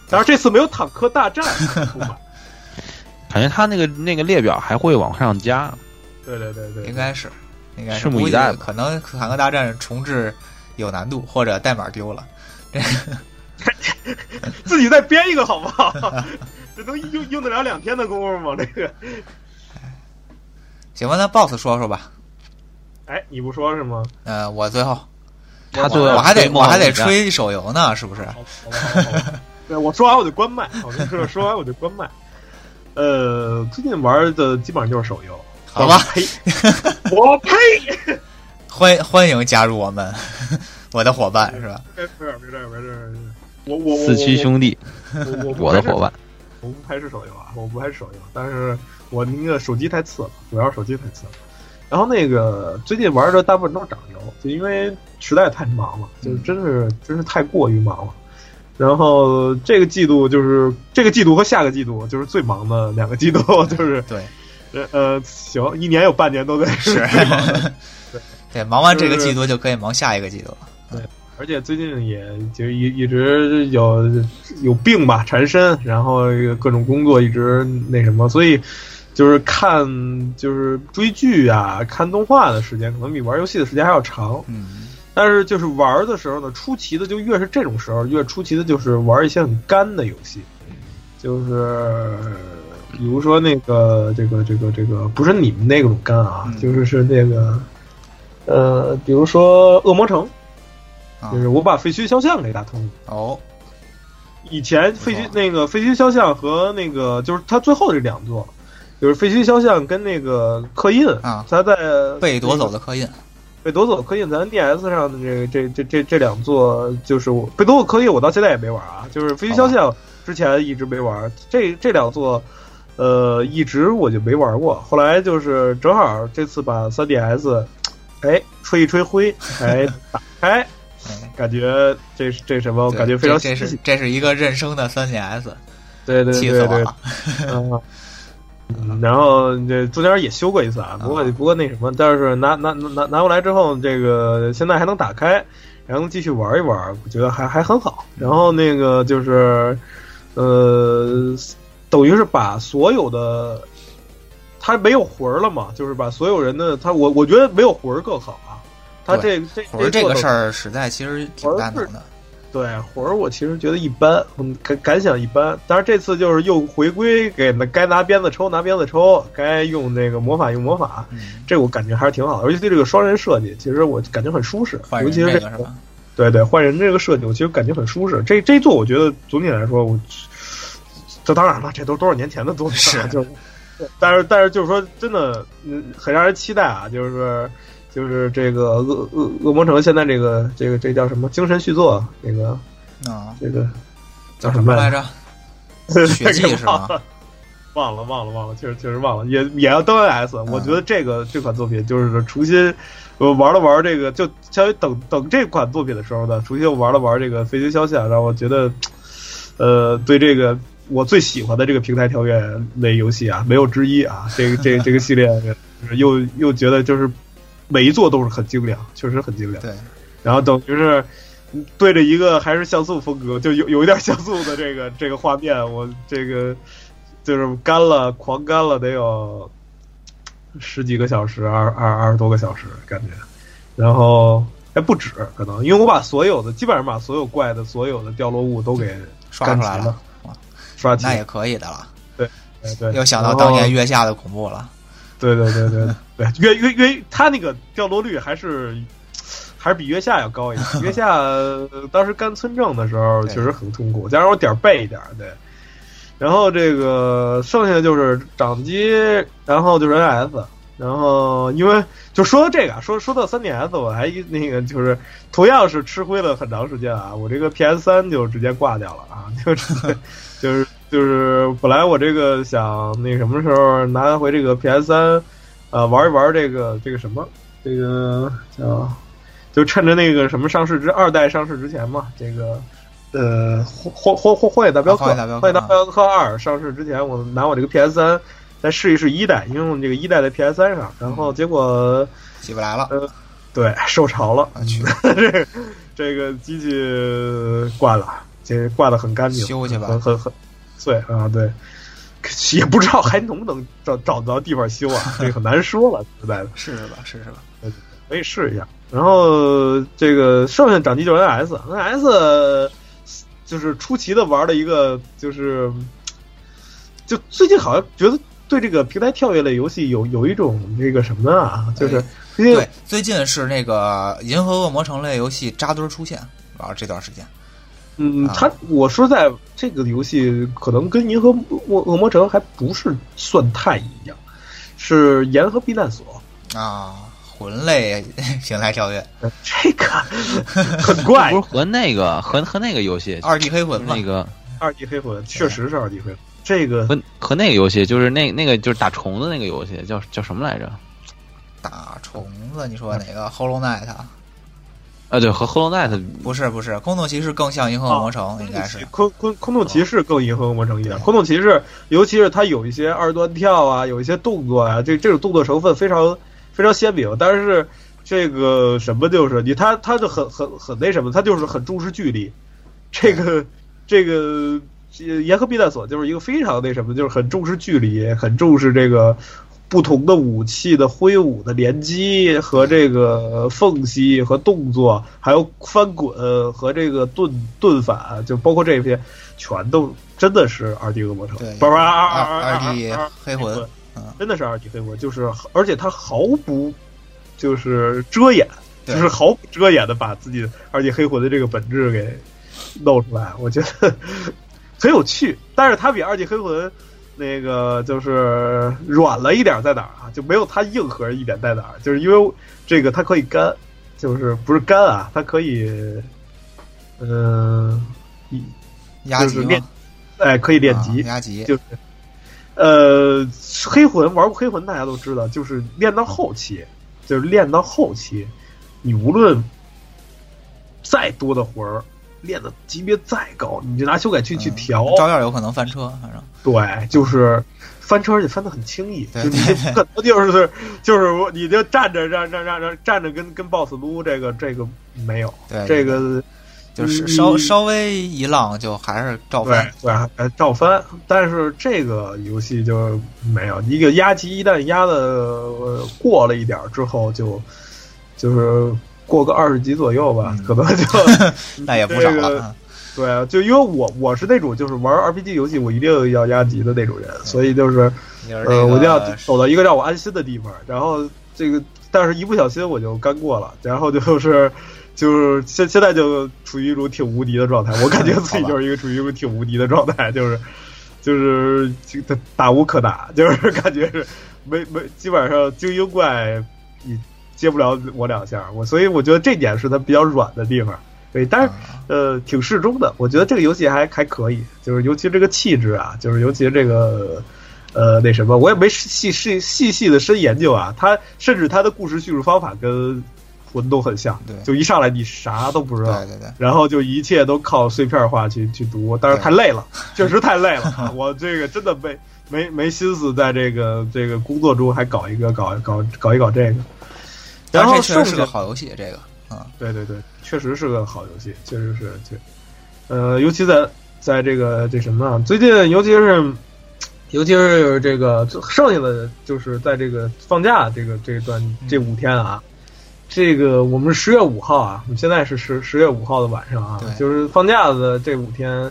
Speaker 2: 但是这次没有坦克大战，
Speaker 1: *laughs*
Speaker 2: 不买
Speaker 3: 感觉它那个那个列表还会往上加，
Speaker 2: 对对对对，
Speaker 1: 应该是，应该是。
Speaker 3: 拭目
Speaker 1: 估
Speaker 3: 以
Speaker 1: 计
Speaker 3: 待吧
Speaker 1: 可能《坦克大战》重置有难度，或者代码丢了。
Speaker 2: *laughs* 自己再编一个好 *laughs* 不好？这能用用得了两天的功夫吗？这 *laughs* 个，
Speaker 1: 行吧，那 BOSS 说说吧。
Speaker 2: 哎，你不说是吗？
Speaker 1: 呃，我最后
Speaker 3: 它最后
Speaker 1: 我
Speaker 3: 要
Speaker 1: 我还得
Speaker 3: 梦
Speaker 1: 我还得
Speaker 3: 幻战
Speaker 1: 吹手游呢，是不是？
Speaker 2: 好吧，好吧，好吧。 *laughs* 对，我说完我就关麦，我跟你说，说完我就关麦。 *laughs* 呃，最近玩的基本上就是手游。
Speaker 1: 好吧
Speaker 2: 我呸！ *laughs* 我呸！
Speaker 1: 欢欢迎加入我们， *laughs* 我的伙伴是吧？
Speaker 2: 没事儿，没事儿，没事儿。没事儿我我我
Speaker 3: 四驱兄弟，
Speaker 2: 我我
Speaker 3: 我的伙伴，
Speaker 2: 我不排斥手游啊，我不排斥手游，但是我那个手机太次了，主要是手机太次了。然后那个最近玩的大部分都是掌游，就因为实在太忙了，就是真是真是太过于忙了。然后这个季度就是这个季度和下个季度就是最忙的两个季度， *laughs* 就是
Speaker 1: 对，
Speaker 2: 呃，行，一年有半年都在 *laughs*
Speaker 1: 是， *laughs* 对，忙完这个季度就可以忙下一个季度了。
Speaker 2: 而且最近也就一一直有有病吧缠身，然后各种工作一直那什么，所以就是看就是追剧啊、看动画的时间，可能比玩游戏的时间还要长。
Speaker 1: 嗯，
Speaker 2: 但是就是玩的时候呢，出奇的就越是这种时候，越出奇的就是玩一些很干的游戏，就是比如说那个这个这个这个，不是你们那种干啊
Speaker 1: 嗯，
Speaker 2: 就是是那个呃，比如说《恶魔城》。
Speaker 1: 啊
Speaker 2: 就是我把废墟肖像给打通了。
Speaker 1: 哦，
Speaker 2: 以前废墟
Speaker 1: 不错
Speaker 2: 那个废墟肖像和那个就是他最后这两座，就是废墟肖像跟那个刻印
Speaker 1: 啊
Speaker 2: 他在
Speaker 1: 被夺走的刻印，
Speaker 2: 被夺走的刻印，咱 DS 上的这这这这这两座就是我被夺走刻印，我到现在也没玩啊。就是废墟肖像之前一直没玩，这这两
Speaker 1: 嗯
Speaker 2: 座。呃，一直我就没玩过，后来就是正好这次把 3DS，哎，吹一吹灰，哎，打开，
Speaker 1: *laughs* 嗯
Speaker 2: 感觉这这什么，
Speaker 1: 对
Speaker 2: 感觉非常
Speaker 1: 这这
Speaker 2: 欣喜
Speaker 1: 是这是一个认生的 3DS，
Speaker 2: 对对
Speaker 1: 气
Speaker 2: 对
Speaker 1: 死我
Speaker 2: 对，
Speaker 1: 了。
Speaker 2: 啊， *laughs* 嗯然后这中间也修过一次啊，不过不过那什么，但是拿拿拿拿过来之后，这个现在还能打开，然后继续玩一玩，我觉得还还很好。然后那个就是，呃，等于是把所有的他没有魂儿了嘛，就是把所有人的他，我我觉得没有魂儿更好啊。他这这
Speaker 1: 我说这个事
Speaker 2: 儿，
Speaker 1: 儿实在其实挺蛋疼的，
Speaker 2: 对魂儿，我其实觉得一般，嗯，感感想一般。但是这次就是又回归给那该拿鞭子抽拿鞭子抽，该用那个魔法用魔法，
Speaker 1: 嗯，
Speaker 2: 这我感觉还是挺好的。尤其对这个双人设计，其实我感觉很舒适。
Speaker 1: 换
Speaker 2: 尤
Speaker 1: 人
Speaker 2: 其
Speaker 1: 这
Speaker 2: 是
Speaker 1: 个是吧？
Speaker 2: 对对换人这个设计，我其实感觉很舒适。这这一座我觉得总体来说，我这当然了，这都多少年前的东西了，
Speaker 1: 是
Speaker 2: 就是。但是但是就是说真的，嗯，很让人期待啊，就是。就是这个恶恶恶魔城现在这个这个这叫什么精神续作？那个
Speaker 1: 啊，
Speaker 2: 这个
Speaker 1: 叫
Speaker 2: 叫
Speaker 1: 什
Speaker 2: 什
Speaker 1: 么
Speaker 2: 么
Speaker 1: 来
Speaker 2: 来
Speaker 1: 着？血
Speaker 2: *laughs* 这
Speaker 1: 祭
Speaker 2: 个
Speaker 1: 是
Speaker 2: 忘
Speaker 1: 吗？
Speaker 2: 了，忘了，忘了，忘了，确实确实忘了，也也要 WS、我觉得这个这款作品就是重新呃玩了玩这个，就相当于等等这款作品的时候呢，重新又玩了玩这个飞行消息啊，让我觉得，呃，对这个我最喜欢的这个平台跳跃类游戏啊，没有之一啊，这个这个、这个系列就是又又觉得就是每一座都是很精良，确实很精良。
Speaker 1: 对，
Speaker 2: 然后等于是对着一个还是像素风格，就有有一点像素的这个 *laughs* 这个画面，我这个就是干了，狂干了得有十几个小时，二二二十多个小时感觉，然后还不止可能，因为我把所有的基本上把所有怪的所有的掉落物都给
Speaker 1: 刷出来
Speaker 2: 干齐了
Speaker 1: 了，哇
Speaker 2: 刷齐
Speaker 1: 那，也可以的了。
Speaker 2: 对对，哦
Speaker 1: 又想到
Speaker 2: 然后
Speaker 1: 当年月下的恐怖了，
Speaker 2: 对对对对对，约约约，他那个掉落率还是还是比约下要高一点。约下呃当时干村政的时候
Speaker 1: 对
Speaker 2: 确实很痛苦，加上我点儿背一点儿，对。然后这个剩下的就是掌机，然后就是 NS，然后因为就说到这个啊，说说到 3DS，我还一那个就是同样是吃灰了很长时间啊，我这个 PS 三就直接挂掉了啊，就是就是就是本来我这个想那什么时候拿回这个 PS 三，呃，玩一玩这个这个什么这个叫，就趁着那个什么上市之二代上市之前嘛，这个。呃，荒荒荒荒荒野大镖客，
Speaker 1: 啊荒野大镖客
Speaker 2: 荒野大镖客二上市之前，我拿我这个 PS 三再试一试一代，因为我们这个一代在 PS 三上，然
Speaker 1: 嗯
Speaker 2: 后结果
Speaker 1: 起不来
Speaker 2: 嗯
Speaker 1: 了。
Speaker 2: 对受潮了，
Speaker 1: 我去，
Speaker 2: 这这个机器呃挂了，这挂的很干净，
Speaker 1: 修去吧
Speaker 2: 很很很碎啊，对，也不知道还能不能找找得着地方修
Speaker 1: *laughs*
Speaker 2: 啊，这个很难说了，实在的。
Speaker 1: 试试吧，试试吧。
Speaker 2: 可以试一下。然后这个剩下掌机就是 NS，NS 就是出奇的玩了一个，就是就最近好像觉得对这个平台跳跃类游戏有有一种这个什么啊，就是
Speaker 1: 哎
Speaker 2: 最近
Speaker 1: 对，最近是那个《银河恶魔城》类游戏扎堆儿出现，玩这段时间。
Speaker 2: 嗯，
Speaker 1: 啊
Speaker 2: 它我说在这个游戏可能跟《银河恶恶魔城》还不是算太一样，是沿河避难所。
Speaker 1: 啊，魂类 *laughs* 平台跳跃，
Speaker 2: 这个很怪
Speaker 3: 不是，和那个和和那个游戏，
Speaker 1: 二 D 黑魂嘛
Speaker 3: 那，个
Speaker 2: 二 D 黑魂确实是二 D 黑魂，这个
Speaker 3: 和和那个游戏就是那那个就是打虫子那个游戏叫叫什么来着？
Speaker 1: 打虫子，你说哪个？Hollow Knight 啊
Speaker 3: 啊，对，和 Hollow Knight
Speaker 1: 不是不是，空洞骑士更像银河魔城，应该是
Speaker 2: 空空空洞骑士更银河魔城一点。空洞骑士，尤其是它有一些二段跳啊，有一些动作啊，这这种动作成分非常非常鲜明。但是这个什么就是你，它它就很很很那什么，它就是很重视距离。这个这个岩和避难所就是一个非常那什么，就是很重视距离，很重视这个不同的武器的挥舞的连击和这个缝隙和动作，还有翻滚和这个盾盾反，就包括这些，全都真的是二 D 恶魔城，
Speaker 1: 对
Speaker 2: 不是二
Speaker 1: 二
Speaker 2: 二
Speaker 1: 二
Speaker 2: 二
Speaker 1: D 黑魂，嗯，
Speaker 2: 真的是二 D 黑魂，就是而且它毫不就是遮掩，就
Speaker 1: 对
Speaker 2: 是毫不遮掩的把自己二 D 黑魂的这个本质给露出来，我觉得很有趣。但是它比二 D 黑魂那个就是软了一点在哪儿啊？就没有它硬核一点在哪儿？就是因为这个它可以干，就是不是干啊，它可以，嗯、
Speaker 1: 压级
Speaker 2: 就是
Speaker 1: 嘛
Speaker 2: 练，哎，可以练
Speaker 1: 啊
Speaker 2: 级，
Speaker 1: 压级，
Speaker 2: 就是，呃，黑魂玩过黑魂，大家都知道，就是练到后期，就是练到后期，你无论再多的魂儿，练的级别再高，你就拿修改器去
Speaker 1: 嗯
Speaker 2: 调，
Speaker 1: 照样有可能翻车，反正
Speaker 2: 对，就是翻车，而且翻的很轻易，
Speaker 1: 对
Speaker 2: 就你
Speaker 1: 对
Speaker 2: 不 *laughs* 可能就是就是我你就站着让让让让站着跟跟 BOSS 撸，这个这个没有，
Speaker 1: 对
Speaker 2: 这个
Speaker 1: 就是
Speaker 2: 嗯
Speaker 1: 稍稍微一浪就还是照
Speaker 2: 对
Speaker 1: 翻，
Speaker 2: 对，还照翻。但是这个游戏就没有一个压级，一旦压的、呃过了一点儿之后就，就是过个二十级左右吧，
Speaker 1: 嗯
Speaker 2: 可能就
Speaker 1: 那也不少
Speaker 2: 这
Speaker 1: 了
Speaker 2: 个
Speaker 1: 啊。
Speaker 2: 对，就因为我我是那种就是玩 RPG 游戏我一定要压级的那种人，所以就是
Speaker 1: 就是那
Speaker 2: 呃，我就要
Speaker 1: 个
Speaker 2: 走到一个让我安心的地方，然后这个但是一不小心我就干过了，然后就是。就是现现在就处于一种挺无敌的状态，我感觉自己
Speaker 1: 好吧
Speaker 2: 就是一个处于一种挺无敌的状态，就是就是这个打无可打，就是感觉是没没基本上精英怪你接不了我两下，我所以我觉得这点是它比较软的地方，对，但是
Speaker 1: 啊
Speaker 2: 呃，挺适中的。我觉得这个游戏还还可以，就是尤其这个气质啊，就是尤其这个呃那什么，我也没细细细细的深研究啊。它甚至它的故事叙述方法跟魂都很像
Speaker 1: 对，
Speaker 2: 就一上来你啥都不知道
Speaker 1: 对。对对，
Speaker 2: 然后就一切都靠碎片化去去读，但是
Speaker 1: 对
Speaker 2: 太累
Speaker 1: *laughs*
Speaker 2: 了，确实太累了啊。我这个真的没没没心思在这个这个工作中还搞一个搞搞搞一搞这个。然
Speaker 1: 但
Speaker 2: 后
Speaker 1: 这确
Speaker 2: 剩
Speaker 1: 实是
Speaker 2: 下
Speaker 1: 个好游戏，这个啊，
Speaker 2: 对对对，确实是个好游戏，确实是确，呃，尤其在在这个这什么啊，最近尤其是尤其是这个剩下的就是在这个放假这个这一段这五天啊，这个我们十月五号啊，我们现在是十十月五号的晚上啊
Speaker 1: 对，
Speaker 2: 就是放假的这五天。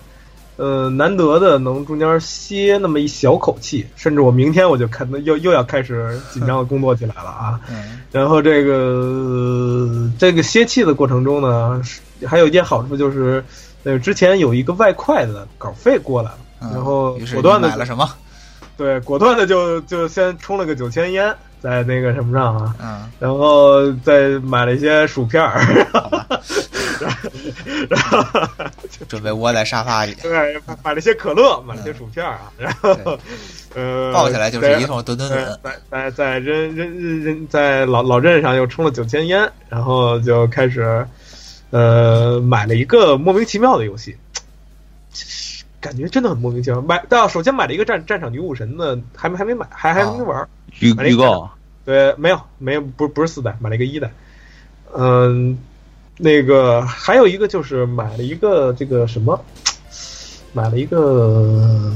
Speaker 2: 呃，难得的能中间歇那么一小口气，甚至我明天我就开又又要开始紧张的工作起来了啊！
Speaker 1: 嗯，
Speaker 2: 然后这个这个歇气的过程中呢，是还有一件好处就是，呃，之前有一个外快的稿费过来了，
Speaker 1: 嗯
Speaker 2: 然后
Speaker 1: 于是
Speaker 2: 果
Speaker 1: 你
Speaker 2: 断
Speaker 1: 买
Speaker 2: 的
Speaker 1: 了什么？
Speaker 2: 对果断的就就先充了个九千烟在那个什么上啊，
Speaker 1: 嗯，
Speaker 2: 然后再买了一些薯片儿， *laughs* 然后然后
Speaker 1: 准备窝在沙发里，
Speaker 2: 对买了一些可乐，买了一些薯片儿啊，然后呃
Speaker 1: 抱起来就是一
Speaker 2: 对
Speaker 1: 通蹲蹲
Speaker 2: 在
Speaker 1: 蹲，
Speaker 2: 在在任任任任在老老任上又充了九千烟，然后就开始，呃，买了一个莫名其妙的游戏，感觉真的很莫名其妙。买到首先买了一个战战场女武神的，还没还没买，还还没玩儿。
Speaker 3: 预
Speaker 2: 哎
Speaker 3: 预告，
Speaker 2: 对，呃没有没有，不不是四代，买了一个一代。嗯，那个还有一个就是买了一个这个什么，买了一个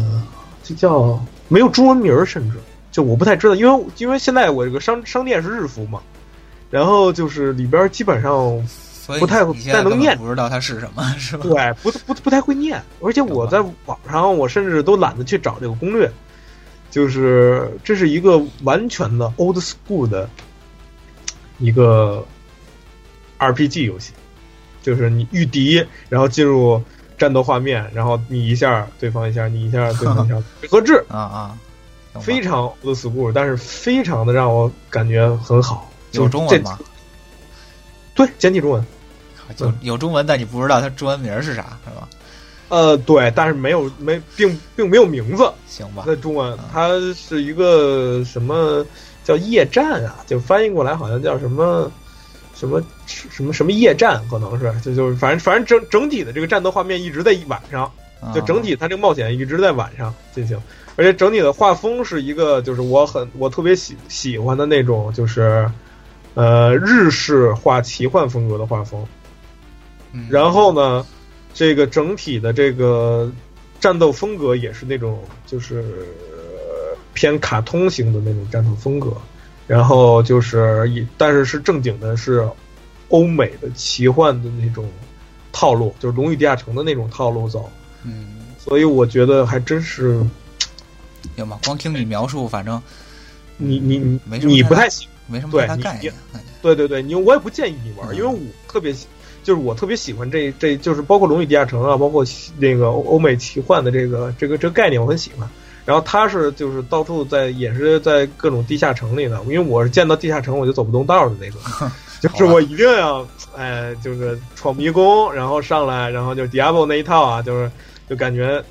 Speaker 2: 这叫没有中文名儿，甚至就我不太知道，因为因为现在我这个商商店是日服嘛，然后就是里边儿基本上
Speaker 1: 所以
Speaker 2: 不太
Speaker 1: 你现在
Speaker 2: 不太能
Speaker 1: 根本
Speaker 2: 念
Speaker 1: 不知道它是什么，是 *laughs* 吧？
Speaker 2: 对，不不不太会念，而且我在网上，我甚至都懒得去找这个攻略，就是这是一个完全的 old school 的一个 RPG 游戏，就是你御敌，然后进入战斗画面，然后你一下对方一下，你一下对方一下，合制
Speaker 1: 啊啊，懂吧
Speaker 2: 非常 old school，但是非常的让我感觉很好。就
Speaker 1: 有中文吗？
Speaker 2: 这？对，简体中文。
Speaker 1: 有有中文，但你不知道它中文名是啥，是吧？
Speaker 2: 呃，对，但是没有没并并没有名字，
Speaker 1: 行吧，
Speaker 2: 那中文
Speaker 1: 嗯，
Speaker 2: 它是一个什么叫夜战啊？就翻译过来好像叫什么，什么什么什么夜战，可能是就就是反正反正整整体的这个战斗画面一直在一晚上，
Speaker 1: 嗯
Speaker 2: 就整体它这个冒险一直在晚上进行，而且整体的画风是一个就是我很我特别喜喜欢的那种就是，呃日式画奇幻风格的画风。
Speaker 1: 嗯，
Speaker 2: 然后呢，这个整体的这个战斗风格也是那种就是呃偏卡通型的那种战斗风格，然后就是也但是是正经的是欧美的奇幻的那种套路，就是《龙与地下城》的那种套路走，
Speaker 1: 嗯，
Speaker 2: 所以我觉得还真是
Speaker 1: 行吧，光听你描述，反正
Speaker 2: 你你你
Speaker 1: 没什么
Speaker 2: 你
Speaker 1: 太
Speaker 2: 不太喜
Speaker 1: 没什么
Speaker 2: 对
Speaker 1: 太大
Speaker 2: 你嗯
Speaker 1: 概念。
Speaker 2: 对对对，你我也不建议你玩，
Speaker 1: 嗯
Speaker 2: 因为我特别喜，就是我特别喜欢这这就是包括《龙与地下城》啊，包括西那个欧欧美奇幻的这个这个这个概念，我很喜欢。然后他是就是到处在也是在各种地下城里的，因为我是见到地下城我就走不动道的那种，就是我一定要哎就是闯迷宫，然后上来，然后就 Diablo 那一套啊，就是就感觉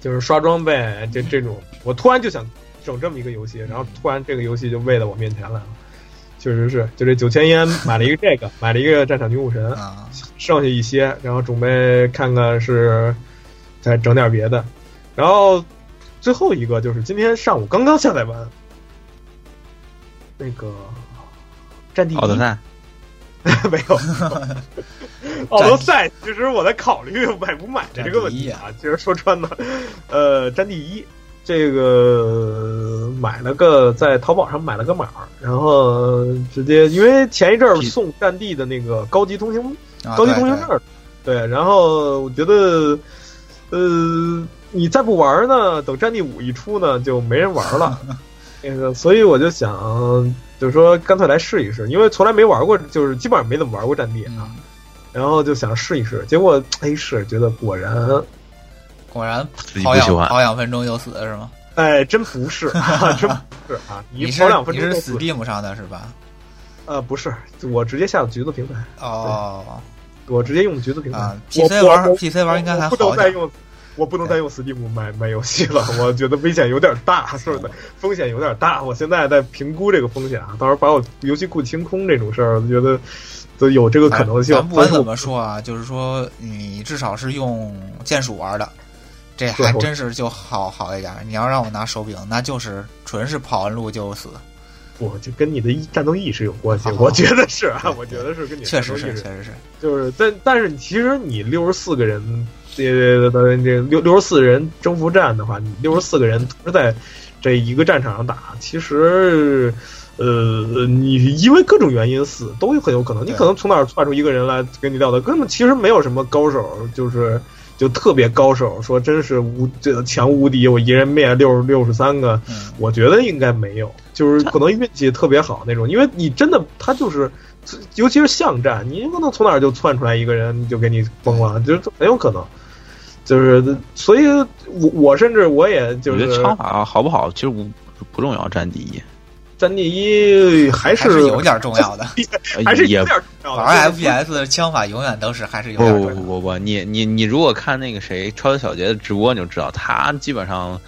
Speaker 2: 就是刷装备这这种，我突然就想整这么一个游戏，然后突然这个游戏就喂到我面前来了，确实是，就这九千烟买了一个这个， *laughs* 买了一个战场女武神，
Speaker 1: 啊，
Speaker 2: 剩下一些，然后准备看看是再整点别的，然后最后一个就是今天上午刚刚下载完那个《战地一》
Speaker 3: 奥德赛，
Speaker 2: *laughs* 没有。奥德赛，其实我在考虑买不买这个问题啊。其实说穿了，呃，战地一这个买了个在淘宝上买了个码儿，然后直接因为前一阵儿
Speaker 3: 屁
Speaker 2: 送战地的那个高级通行
Speaker 1: 啊
Speaker 2: 高级
Speaker 1: 对
Speaker 2: 通行
Speaker 1: 对
Speaker 2: 证儿，对，然后我觉得，呃，你再不玩儿呢，等战地五一出呢，就没人玩儿
Speaker 1: *laughs*
Speaker 2: 了。那个，所以我就想，就是说干脆来试一试，因为从来没玩过，就是基本上没怎么玩过战地啊。
Speaker 1: 嗯，
Speaker 2: 然后就想试一试，结果哎试，觉得果然，
Speaker 1: 果然
Speaker 3: 自己
Speaker 1: 跑
Speaker 3: 不喜
Speaker 1: 两
Speaker 3: 欢。
Speaker 1: 跑两分钟就死是吗？
Speaker 2: 哎，真不是，啊、真不是啊！你
Speaker 1: *laughs* 你是
Speaker 2: 跑两分
Speaker 1: 你
Speaker 2: 钟
Speaker 1: 是
Speaker 2: 就死
Speaker 1: Steam 上的是吧？
Speaker 2: 呃，不是，我直接下的橘子平台，
Speaker 1: 哦
Speaker 2: 我直接用橘子平台。
Speaker 1: 啊
Speaker 2: 我
Speaker 1: ，PC
Speaker 2: 我
Speaker 1: 玩
Speaker 2: 我
Speaker 1: PC 玩应该还
Speaker 2: 我不
Speaker 1: 好
Speaker 2: 能再
Speaker 1: 点。
Speaker 2: 用，我不能再用 Steam 买买游戏了，我觉得危险有点大，是
Speaker 1: *laughs*
Speaker 2: 不是？风险有点大，我现在在评估这个风险啊，到时候把我游戏库清空这种事儿，我觉得都有这个可能性
Speaker 1: 哎咱。不
Speaker 2: 但
Speaker 1: 管
Speaker 2: 是
Speaker 1: 怎
Speaker 2: 我
Speaker 1: 么说啊，就是说你至少是用键鼠玩的，这
Speaker 2: 对
Speaker 1: 还
Speaker 2: 我
Speaker 1: 真是就好好一点儿。你要让我拿手柄，那就是纯是跑完路就死，
Speaker 2: 我就跟你的意战斗意识有关系，
Speaker 1: 好好
Speaker 2: 我觉得是啊，我觉得是跟你的
Speaker 1: 确
Speaker 2: 战斗
Speaker 1: 实
Speaker 2: 意
Speaker 1: 是，
Speaker 2: 识
Speaker 1: 确实是。
Speaker 2: 就是，但但是其实你六十四个人，呃这这这六六十四人征服战的话，你六十四个人同时在这一个战场上打，其实，呃，你因为各种原因死都有很有可能，你
Speaker 1: 对
Speaker 2: 可能从哪儿窜出一个人来跟你撂倒，根本其实没有什么高手，就是就特别高手，说真是无这强无敌，我一人灭六六十三个，
Speaker 1: 嗯，
Speaker 2: 我觉得应该没有，就是可能运气特别好那种，因为你真的他就是，尤其是巷战，你不能从哪儿就窜出来一个人就给你崩
Speaker 1: 嗯
Speaker 2: 了，就是很有可能，就是所以我，我甚至我也就
Speaker 3: 我觉得
Speaker 2: 是
Speaker 3: 枪法好不好其实不不重要，占第一，
Speaker 2: 战地一还
Speaker 1: 还
Speaker 2: 是
Speaker 1: 是有点儿重要
Speaker 2: *laughs*
Speaker 1: 的。
Speaker 3: 呃
Speaker 2: 还是
Speaker 3: 也
Speaker 2: 有点重要的
Speaker 1: 玩
Speaker 2: 就是
Speaker 1: FPS 枪法永远都是还是有
Speaker 3: 不
Speaker 1: 点
Speaker 3: 不
Speaker 1: 重
Speaker 3: 不
Speaker 1: 要。
Speaker 3: 不不，你你你如果看那个谁超级小杰的直播，你就知道他基本上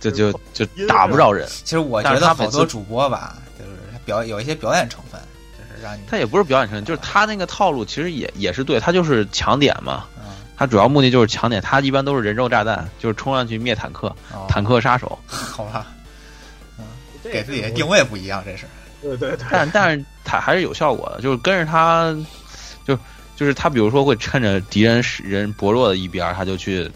Speaker 3: 就就就打不着人，
Speaker 1: 其实我觉
Speaker 3: 但是
Speaker 1: 得
Speaker 3: 他
Speaker 1: 好
Speaker 3: 每次
Speaker 1: 多主播吧，就是他表有一些表演成分，就是让你
Speaker 3: 他也不是表演成，就是他那个套路其实也也是对，他就是抢点嘛，
Speaker 1: 嗯
Speaker 3: 他主要目的就是抢点，他一般都是人肉炸弹，就是冲上去灭坦克，
Speaker 1: 哦
Speaker 3: 坦克杀手，
Speaker 1: *laughs* 好吧，
Speaker 2: 这
Speaker 1: 给自己的
Speaker 2: 种
Speaker 1: 定位不一样，这是
Speaker 2: 对对对，
Speaker 3: 但但是他还是有效果的，就是跟着他，就就是他，比如说会趁着敌人是人薄弱的一边儿，他就去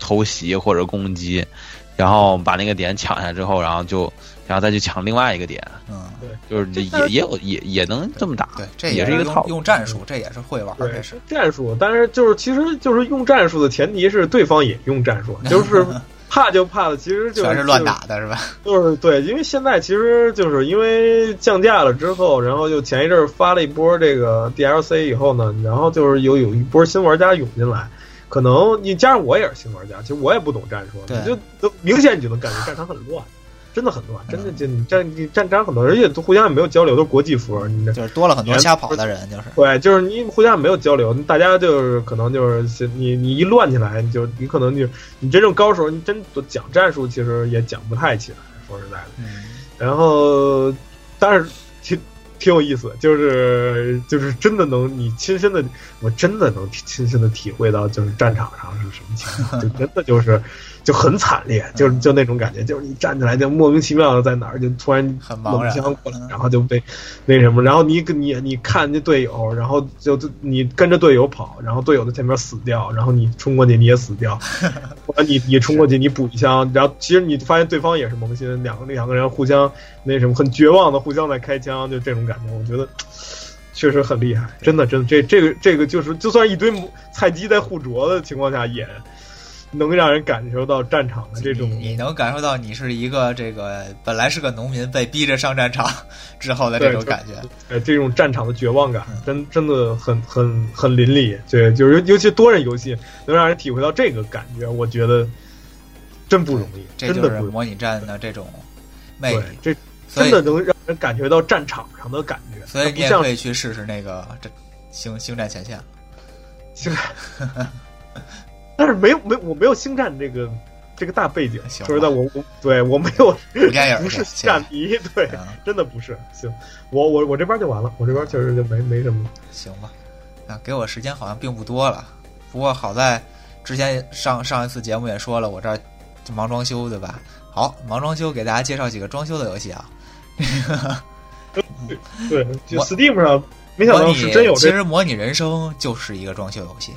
Speaker 3: 偷袭或者攻击，然后把那个点抢下之后，然后就然后再去抢另外一个点，
Speaker 1: 嗯。
Speaker 3: 就是
Speaker 2: 这但
Speaker 3: 也
Speaker 2: 是
Speaker 3: 也有也也能这么打，
Speaker 1: 对，这
Speaker 3: 也
Speaker 1: 是
Speaker 3: 是一个
Speaker 1: 用
Speaker 3: 套路。
Speaker 1: 用战术，这也是会玩儿，这
Speaker 2: 对
Speaker 1: 是
Speaker 2: 战术，但是就是其实就是用战术的前提是对方也用
Speaker 1: *laughs*
Speaker 2: 战术，就是怕就怕的，其实就是
Speaker 1: 全是乱打的是吧？
Speaker 2: 就是对，因为现在其实就是因为降价了之后，然后就前一阵儿发了一波这个 DLC 以后呢，然后就是有有一波新玩家涌进来，可能你加上我也是新玩家，其实我也不懂战术，
Speaker 1: 对
Speaker 2: 你就都明显你就能感觉战场很乱，真的很乱，真的就你战你战场很乱，而且都互相也没有交流，都是国际服，你这
Speaker 1: 就是多了很多
Speaker 2: 原
Speaker 1: 瞎跑的人，就是
Speaker 2: 对，就是你互相没有交流，大家就是可能就是你你一乱起来，你就你可能就你真正高手，你真讲战术其实也讲不太起来，说实在的。
Speaker 1: 嗯，
Speaker 2: 然后，但是其挺有意思，就是就是真的能你亲身的，我真的能亲身的体会到，就是战场上是什么情况，就真的就是就很惨烈，
Speaker 1: 嗯
Speaker 2: 就是就那种感觉，就是你站起来就莫名其妙的在哪儿就突然
Speaker 1: 很茫
Speaker 2: 冷
Speaker 1: 然
Speaker 2: 枪过来
Speaker 1: 嗯，
Speaker 2: 然后就被那什么，然后你你你看那队友，然后就就你跟着队友跑，然后队友在前面死掉，然后你冲过去你也死掉，或者你你冲过去你补一枪，然后其实你发现对方也是萌新，两个两个人互相那什么很绝望的互相在开枪，就这种感觉，我觉得。确实很厉害，真的，真的，这这个这个就是，就算一堆菜鸡在互啄的情况下，也能让人感受到战场的这种
Speaker 1: 你你能感受到你是一个这个本来是个农民被逼着上战场 *laughs* 之后的这
Speaker 2: 对
Speaker 1: 种
Speaker 2: 就
Speaker 1: 感觉，
Speaker 2: 呃，这种战场的绝望感，真真的很很很淋漓。对，就是尤尤其多人游戏，能让人体会到这个感觉，我觉得真不容易，
Speaker 1: 这
Speaker 2: 真
Speaker 1: 就
Speaker 2: 的
Speaker 1: 是
Speaker 2: 不容
Speaker 1: 模拟战的这种
Speaker 2: 易。
Speaker 1: 魅
Speaker 2: 对
Speaker 1: 力。，
Speaker 2: 这
Speaker 1: 所
Speaker 2: 真
Speaker 1: 以
Speaker 2: 的能让人感觉到战场上的感觉。
Speaker 1: 所以
Speaker 2: 它
Speaker 1: 你
Speaker 2: 不
Speaker 1: 也
Speaker 2: 像
Speaker 1: 可以去试试那个这星星战前
Speaker 2: *laughs*
Speaker 1: 线。
Speaker 2: 星战，
Speaker 1: *laughs*
Speaker 2: 但是没有没有我没有星战这个这个大背景，
Speaker 1: 行
Speaker 2: 说
Speaker 1: 吧
Speaker 2: 实在我我对我没
Speaker 1: *laughs*
Speaker 2: 有
Speaker 1: 古电影儿
Speaker 2: 不是
Speaker 1: 去
Speaker 2: 星战迷， *laughs* 对，
Speaker 1: 嗯，
Speaker 2: 真的不是。行，我我我这边就完了，我这边确实就没没什么。
Speaker 1: 行吧。啊，给我时间好像并不多了，不过好在之前上上一次节目也说了，我这儿就忙装修对吧？好，忙装修给大家介绍几个装修的游戏啊。
Speaker 2: 对，就
Speaker 1: 我
Speaker 2: Steam 上没想
Speaker 1: 模
Speaker 2: 到
Speaker 1: 拟
Speaker 2: 是真有
Speaker 1: 其
Speaker 2: 这
Speaker 1: 实模拟人生就是一个装修游戏，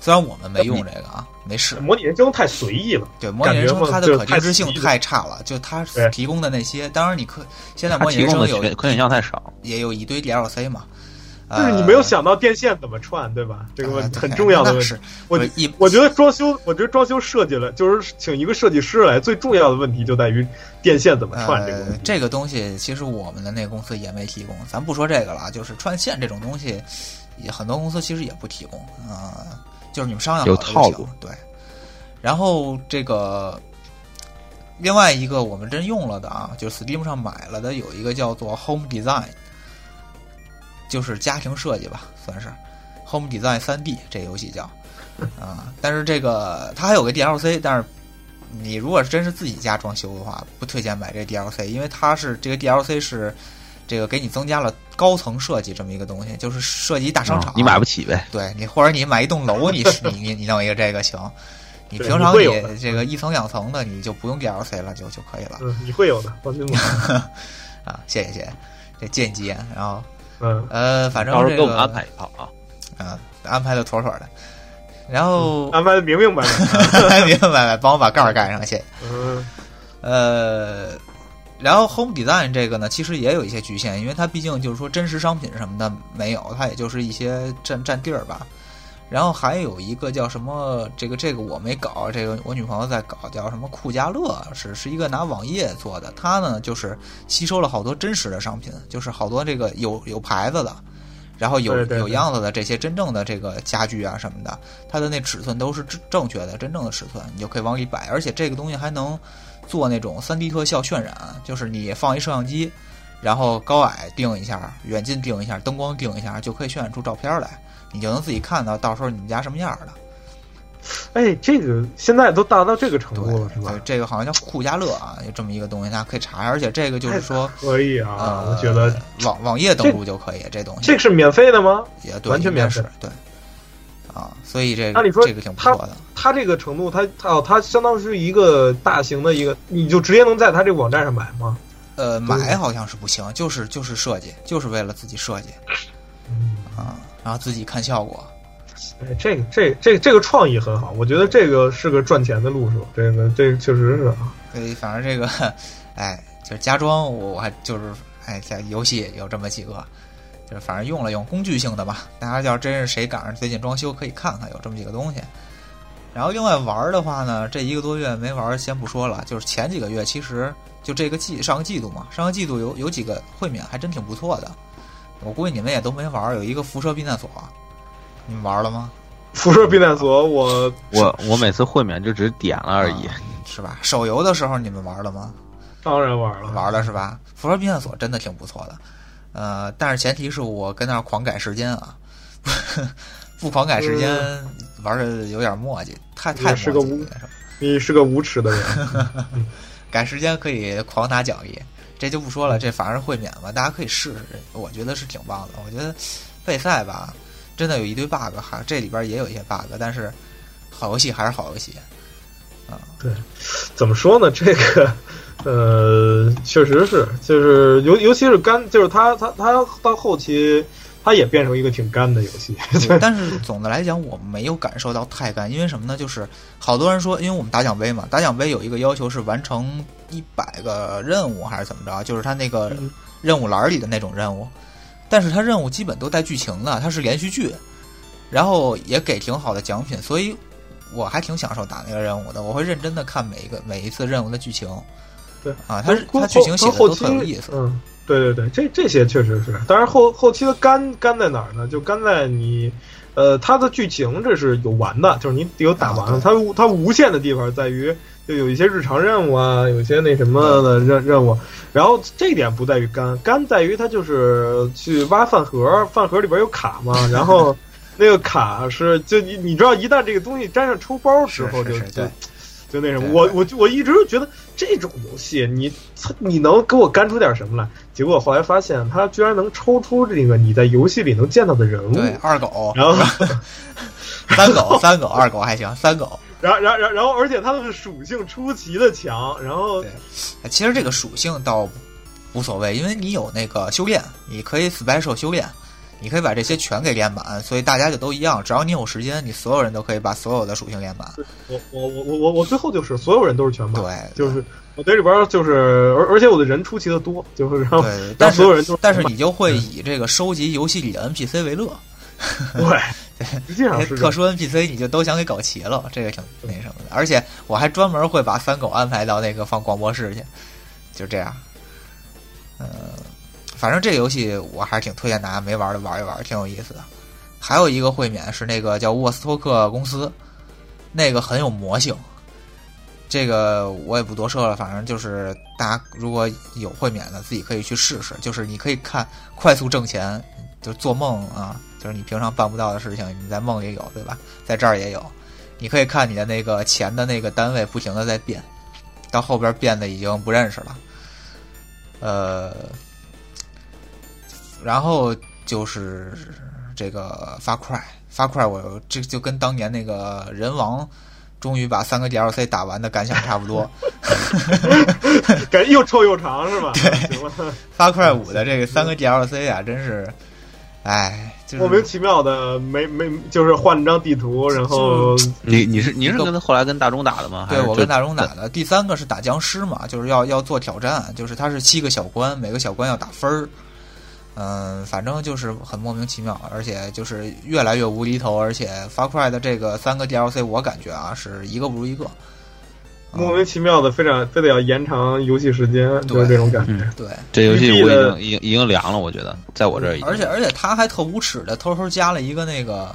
Speaker 1: 虽然我们没用这个啊，没试。
Speaker 2: 模拟人生太随意了。
Speaker 1: 对模拟人生
Speaker 2: 感觉嘛
Speaker 1: 它的
Speaker 2: 就是
Speaker 1: 可
Speaker 2: 太
Speaker 1: 定制性
Speaker 2: 随意了
Speaker 1: 太差了，就它
Speaker 2: 对
Speaker 1: 提供的那些，当然你可现在
Speaker 3: 它
Speaker 1: 模拟
Speaker 3: 提
Speaker 1: 人
Speaker 3: 供
Speaker 1: 生
Speaker 3: 的
Speaker 1: 有
Speaker 3: 选可选项太少。
Speaker 1: 也有一堆 DLC 嘛，
Speaker 2: 就
Speaker 1: 呃，
Speaker 2: 是你没有想到电线怎么串，对吧？这个问题
Speaker 1: 啊
Speaker 2: 很重要的
Speaker 1: 那
Speaker 2: 问题
Speaker 1: 是。
Speaker 2: 我
Speaker 1: 不是一
Speaker 2: 我觉得装修，我觉得装修设计了，就是请一个设计师来，最重要的问题就在于电线怎么串这个问
Speaker 1: 呃
Speaker 2: 题。，
Speaker 1: 这个东西其实我们的那个公司也没提供，咱不说这个了，就是串线这种东西，也很多公司其实也不提供，呃，就是你们商量
Speaker 3: 有
Speaker 1: 好就
Speaker 3: 套
Speaker 1: 行
Speaker 3: 路，
Speaker 1: 对。然后这个另外一个我们真用了的啊，就是 Steam 上买了的有一个叫做 Home Design，就是家庭设计吧，算是 Home Design 三 D 这游戏叫啊、但是这个它还有个 DLC，但是你如果真是自己家装修的话，不推荐买这 DLC，因为它是这个 DLC 是这个给你增加了高层设计这么一个东西，就是设计一大商场，
Speaker 3: 哦啊你买不起呗？
Speaker 1: 对你，或者你买一栋楼，你你你你弄一个这个行。你
Speaker 2: 对
Speaker 1: 平
Speaker 2: 你
Speaker 1: 常
Speaker 2: 会有的
Speaker 1: 你这个一层两层的，你就不用 DLC 了，就就可以了
Speaker 2: 嗯，你会有的，放心吧。
Speaker 1: 啊！谢谢谢谢，这间接，然后
Speaker 2: 嗯，
Speaker 1: 呃，反正
Speaker 3: 到时
Speaker 1: 这
Speaker 3: 候给我们
Speaker 1: 个
Speaker 3: 安排一套啊。
Speaker 1: 啊，安排的妥妥的。然
Speaker 3: 嗯
Speaker 1: 后
Speaker 2: 安排的明明白白。
Speaker 1: *laughs* 明白白，帮我把盖儿盖上，谢谢。
Speaker 2: 嗯，
Speaker 1: 呃，然后 Home Design 这个呢，其实也有一些局限，因为它毕竟就是说真实商品什么的没有，它也就是一些占占地儿吧。然后还有一个叫什么，这个这个我没搞，这个我女朋友在搞，叫什么酷家乐，是是一个拿网页做的，它呢就是吸收了好多真实的商品，就是好多这个有有牌子的，然后有
Speaker 2: 对对对
Speaker 1: 有样子的这些真正的这个家具啊什么的，它的那尺寸都是正正确的，真正的尺寸，你就可以往里摆，而且这个东西还能做那种三 D 特效渲染，就是你放一摄像机，然后高矮定一下，远近定一下，灯光定一下，就可以渲染出照片来，你就能自己看到到时候你们家什么样儿了。
Speaker 2: 哎，这个现在都达到这个程度了，是
Speaker 1: 对，
Speaker 2: 吧
Speaker 1: 对？这个好像叫酷家乐啊，有这么一个东西，大家可以查查。而且这个就是说，
Speaker 2: 可以啊，
Speaker 1: 呃，
Speaker 2: 我觉得
Speaker 1: 网网页登录就可以，这东西
Speaker 2: 这个是免费的吗？
Speaker 1: 也对，
Speaker 2: 完全
Speaker 1: 应该
Speaker 2: 免费
Speaker 1: 是对。啊，所以这
Speaker 2: 按
Speaker 1: 个
Speaker 2: 理说
Speaker 1: 这个挺不错的，
Speaker 2: 它这个程度，它它哦，它相当于是一个大型的一个，你就直接能在它这个网站上买吗？
Speaker 1: 呃，买好像是不行，就是就是设计，就是为了自己设计
Speaker 2: 嗯。
Speaker 1: 啊，然后自己看效果，
Speaker 2: 哎，这个这个这个这个创意很好，我觉得这个是个赚钱的路数，这个这个确实是啊。
Speaker 1: 所以反正这个，哎，就是家装我我还就是哎，在游戏有这么几个，就是反正用了用工具性的吧。大家要真是谁赶上最近装修，可以看看有这么几个东西。然后另外玩儿的话呢，这一个多月没玩儿，先不说了。就是前几个月，其实就这个季上个季度嘛，上个季度有有几个会免还真挺不错的。我估计你们也都没玩儿，有一个辐射避难所，你们玩儿了吗？
Speaker 2: 辐射避难所，我
Speaker 3: 我我每次会免就只点了而已
Speaker 1: 啊。是吧？手游的时候你们玩儿了吗？
Speaker 2: 当然玩了，
Speaker 1: 玩了是吧？辐射避难所真的挺不错的，呃，但是前提是我跟那儿狂改时间啊， *laughs* 不狂改时间玩的有点磨叽，太太磨
Speaker 2: 也是个
Speaker 1: 叽
Speaker 2: 无
Speaker 1: 了。
Speaker 2: 你是个无耻的人。
Speaker 1: 改时间可以狂打奖励，这就不说
Speaker 2: 嗯
Speaker 1: 了，这法是会免吧，大家可以试试，这我觉得是挺棒的。我觉得备赛吧，真的有一堆 bug，还这里边也有一些 bug，但是好游戏还是好游戏。
Speaker 2: *laughs* 怎么说呢？这个，呃，确实是，就是尤尤其是干，就是它它它到后期，它也变成一个挺干的游戏。
Speaker 1: *laughs* 对但是总的来讲，我没有感受到太干，因为什么呢？就是好多人说，因为我们打奖杯嘛，打奖杯有一个要求是完成一百个任务还是怎么着，就是它那个
Speaker 2: 嗯
Speaker 1: 任务栏里的那种任务，但是它任务基本都带剧情的，它是连续剧，然后也给挺好的奖品，所以我还挺享受打那个任务的，我会认真的看每一个每一次任务的剧情。
Speaker 2: 对
Speaker 1: 啊，它是它
Speaker 2: 光后
Speaker 1: 剧情写
Speaker 2: 光
Speaker 1: 的
Speaker 2: 后
Speaker 1: 都
Speaker 2: 期
Speaker 1: 很有意思。
Speaker 2: 嗯，对对对，这这些确实是。当然后后期的干干在哪儿呢？就干在你，呃，它的剧情这是有完的，就是你得有打完了。
Speaker 1: 啊
Speaker 2: 它无它无限的地方在于，就有一些日常任务啊，有一些那什么的任任务。然后这一点不在于干，干在于它就是去挖饭盒，饭盒里边有卡嘛，然
Speaker 1: *laughs*
Speaker 2: 后。那个卡是就你你知道，一旦这个东西沾上抽包之
Speaker 1: 是
Speaker 2: 后
Speaker 1: 是，
Speaker 2: 就是就
Speaker 1: 对，
Speaker 2: 就那什么，
Speaker 1: 对
Speaker 2: 我
Speaker 1: 对
Speaker 2: 我就我一直觉得这种游戏，你你能给我干出点什么来？结果后来发现，它居然能抽出这个你在游戏里能见到的人物，
Speaker 1: 对，二狗、
Speaker 2: *laughs* 然后
Speaker 1: 三狗、三狗、二狗还行，三狗。
Speaker 2: 然后然后然后然后，而且它的属性出奇的强，然后
Speaker 1: 对其实这个属性倒无所谓，因为你有那个修炼，你可以 special 修炼，你可以把这些全给练满，所以大家就都一样，只要你有时间，你所有人都可以把所有的属性练满。
Speaker 2: 我我我我我我最后就是所有人都是全满，
Speaker 1: 对，
Speaker 2: 就是我这里边就是而而且我的人出奇的多，就是然后
Speaker 1: 对对，
Speaker 2: 然
Speaker 1: 但
Speaker 2: 后所有
Speaker 1: 是
Speaker 2: 人
Speaker 1: *laughs*
Speaker 2: 都
Speaker 1: 但是你就会以这个收集游戏里的 NPC 为乐，
Speaker 2: 对，实际上
Speaker 1: 那些哎
Speaker 2: 是这
Speaker 1: 特
Speaker 2: 样
Speaker 1: 殊 NPC 你就都想给搞齐了，这个挺那什么的。而且我还专门会把三狗安排到那个放广播室去，就这样。嗯，反正这个游戏我还是挺推荐大家没玩的玩一玩，挺有意思的。还有一个会免是那个叫沃斯托克公司，那个很有魔性。这个我也不多说了，反正就是大家如果有会免的，自己可以去试试。就是你可以看快速挣钱，就是做梦啊，就是你平常办不到的事情，你在梦里有，对吧？在这儿也有，你可以看你的那个钱的那个单位不停的在变，到后边变得已经不认识了。呃，然后就是这个发快发快，我这就跟当年那个人王。终于把三个 DLC 打完的感想差不多。
Speaker 2: 感觉又臭又长是吧？行吧，
Speaker 1: 发快五的这个三个 DLC 啊，真是，哎，就是
Speaker 2: 莫名其妙的没没就是换了张地图，然后
Speaker 3: 你你是你是
Speaker 1: 一个
Speaker 3: 跟后来跟大中打的吗？
Speaker 1: 嗯
Speaker 3: 还
Speaker 1: 对
Speaker 3: 是
Speaker 1: 我
Speaker 3: 就
Speaker 1: 跟大中打的。第三个是打僵尸嘛，就是要要做挑战，就是它是七个小关，每个小关要打分儿。嗯，反正就是很莫名其妙，而且就是越来越无厘头，而且发快的这个三个 DLC，我感觉啊是一个不如一个。嗯
Speaker 2: 莫名其妙的，非常非得要延长游戏时间，就是这种感觉。
Speaker 1: 嗯对，
Speaker 3: 这游戏
Speaker 2: 育碧
Speaker 3: 我已
Speaker 2: 的
Speaker 3: 经已经已经凉了，我觉得在我这儿已经。
Speaker 1: 而且而且他还特无耻的偷偷加了一个那个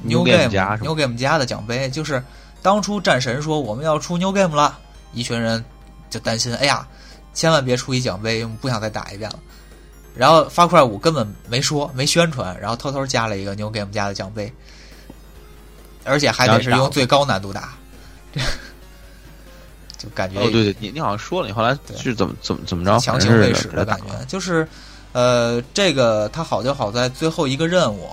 Speaker 1: New
Speaker 3: New Game 加是吗
Speaker 1: New Game 加的奖杯，就是当初战神说我们要出 New Game 了，一群人就担心，哎呀，千万别出一奖杯，我们不想再打一遍了。然后发块五根本没说没宣传，然后偷偷加了一个 New Game 加的奖杯，而且还得是
Speaker 3: 然后
Speaker 1: 用
Speaker 3: 打
Speaker 1: 最高难度打，这 *laughs* 就感觉
Speaker 3: 哦，对对，你你好像说了，你后来
Speaker 1: 对
Speaker 3: 是怎么怎么怎么着？
Speaker 1: 强行
Speaker 3: 反正
Speaker 1: 喂
Speaker 3: 是
Speaker 1: 食
Speaker 3: 给他
Speaker 1: 的
Speaker 3: 打
Speaker 1: 感觉。就是，呃，这个它好就好在最后一个任务，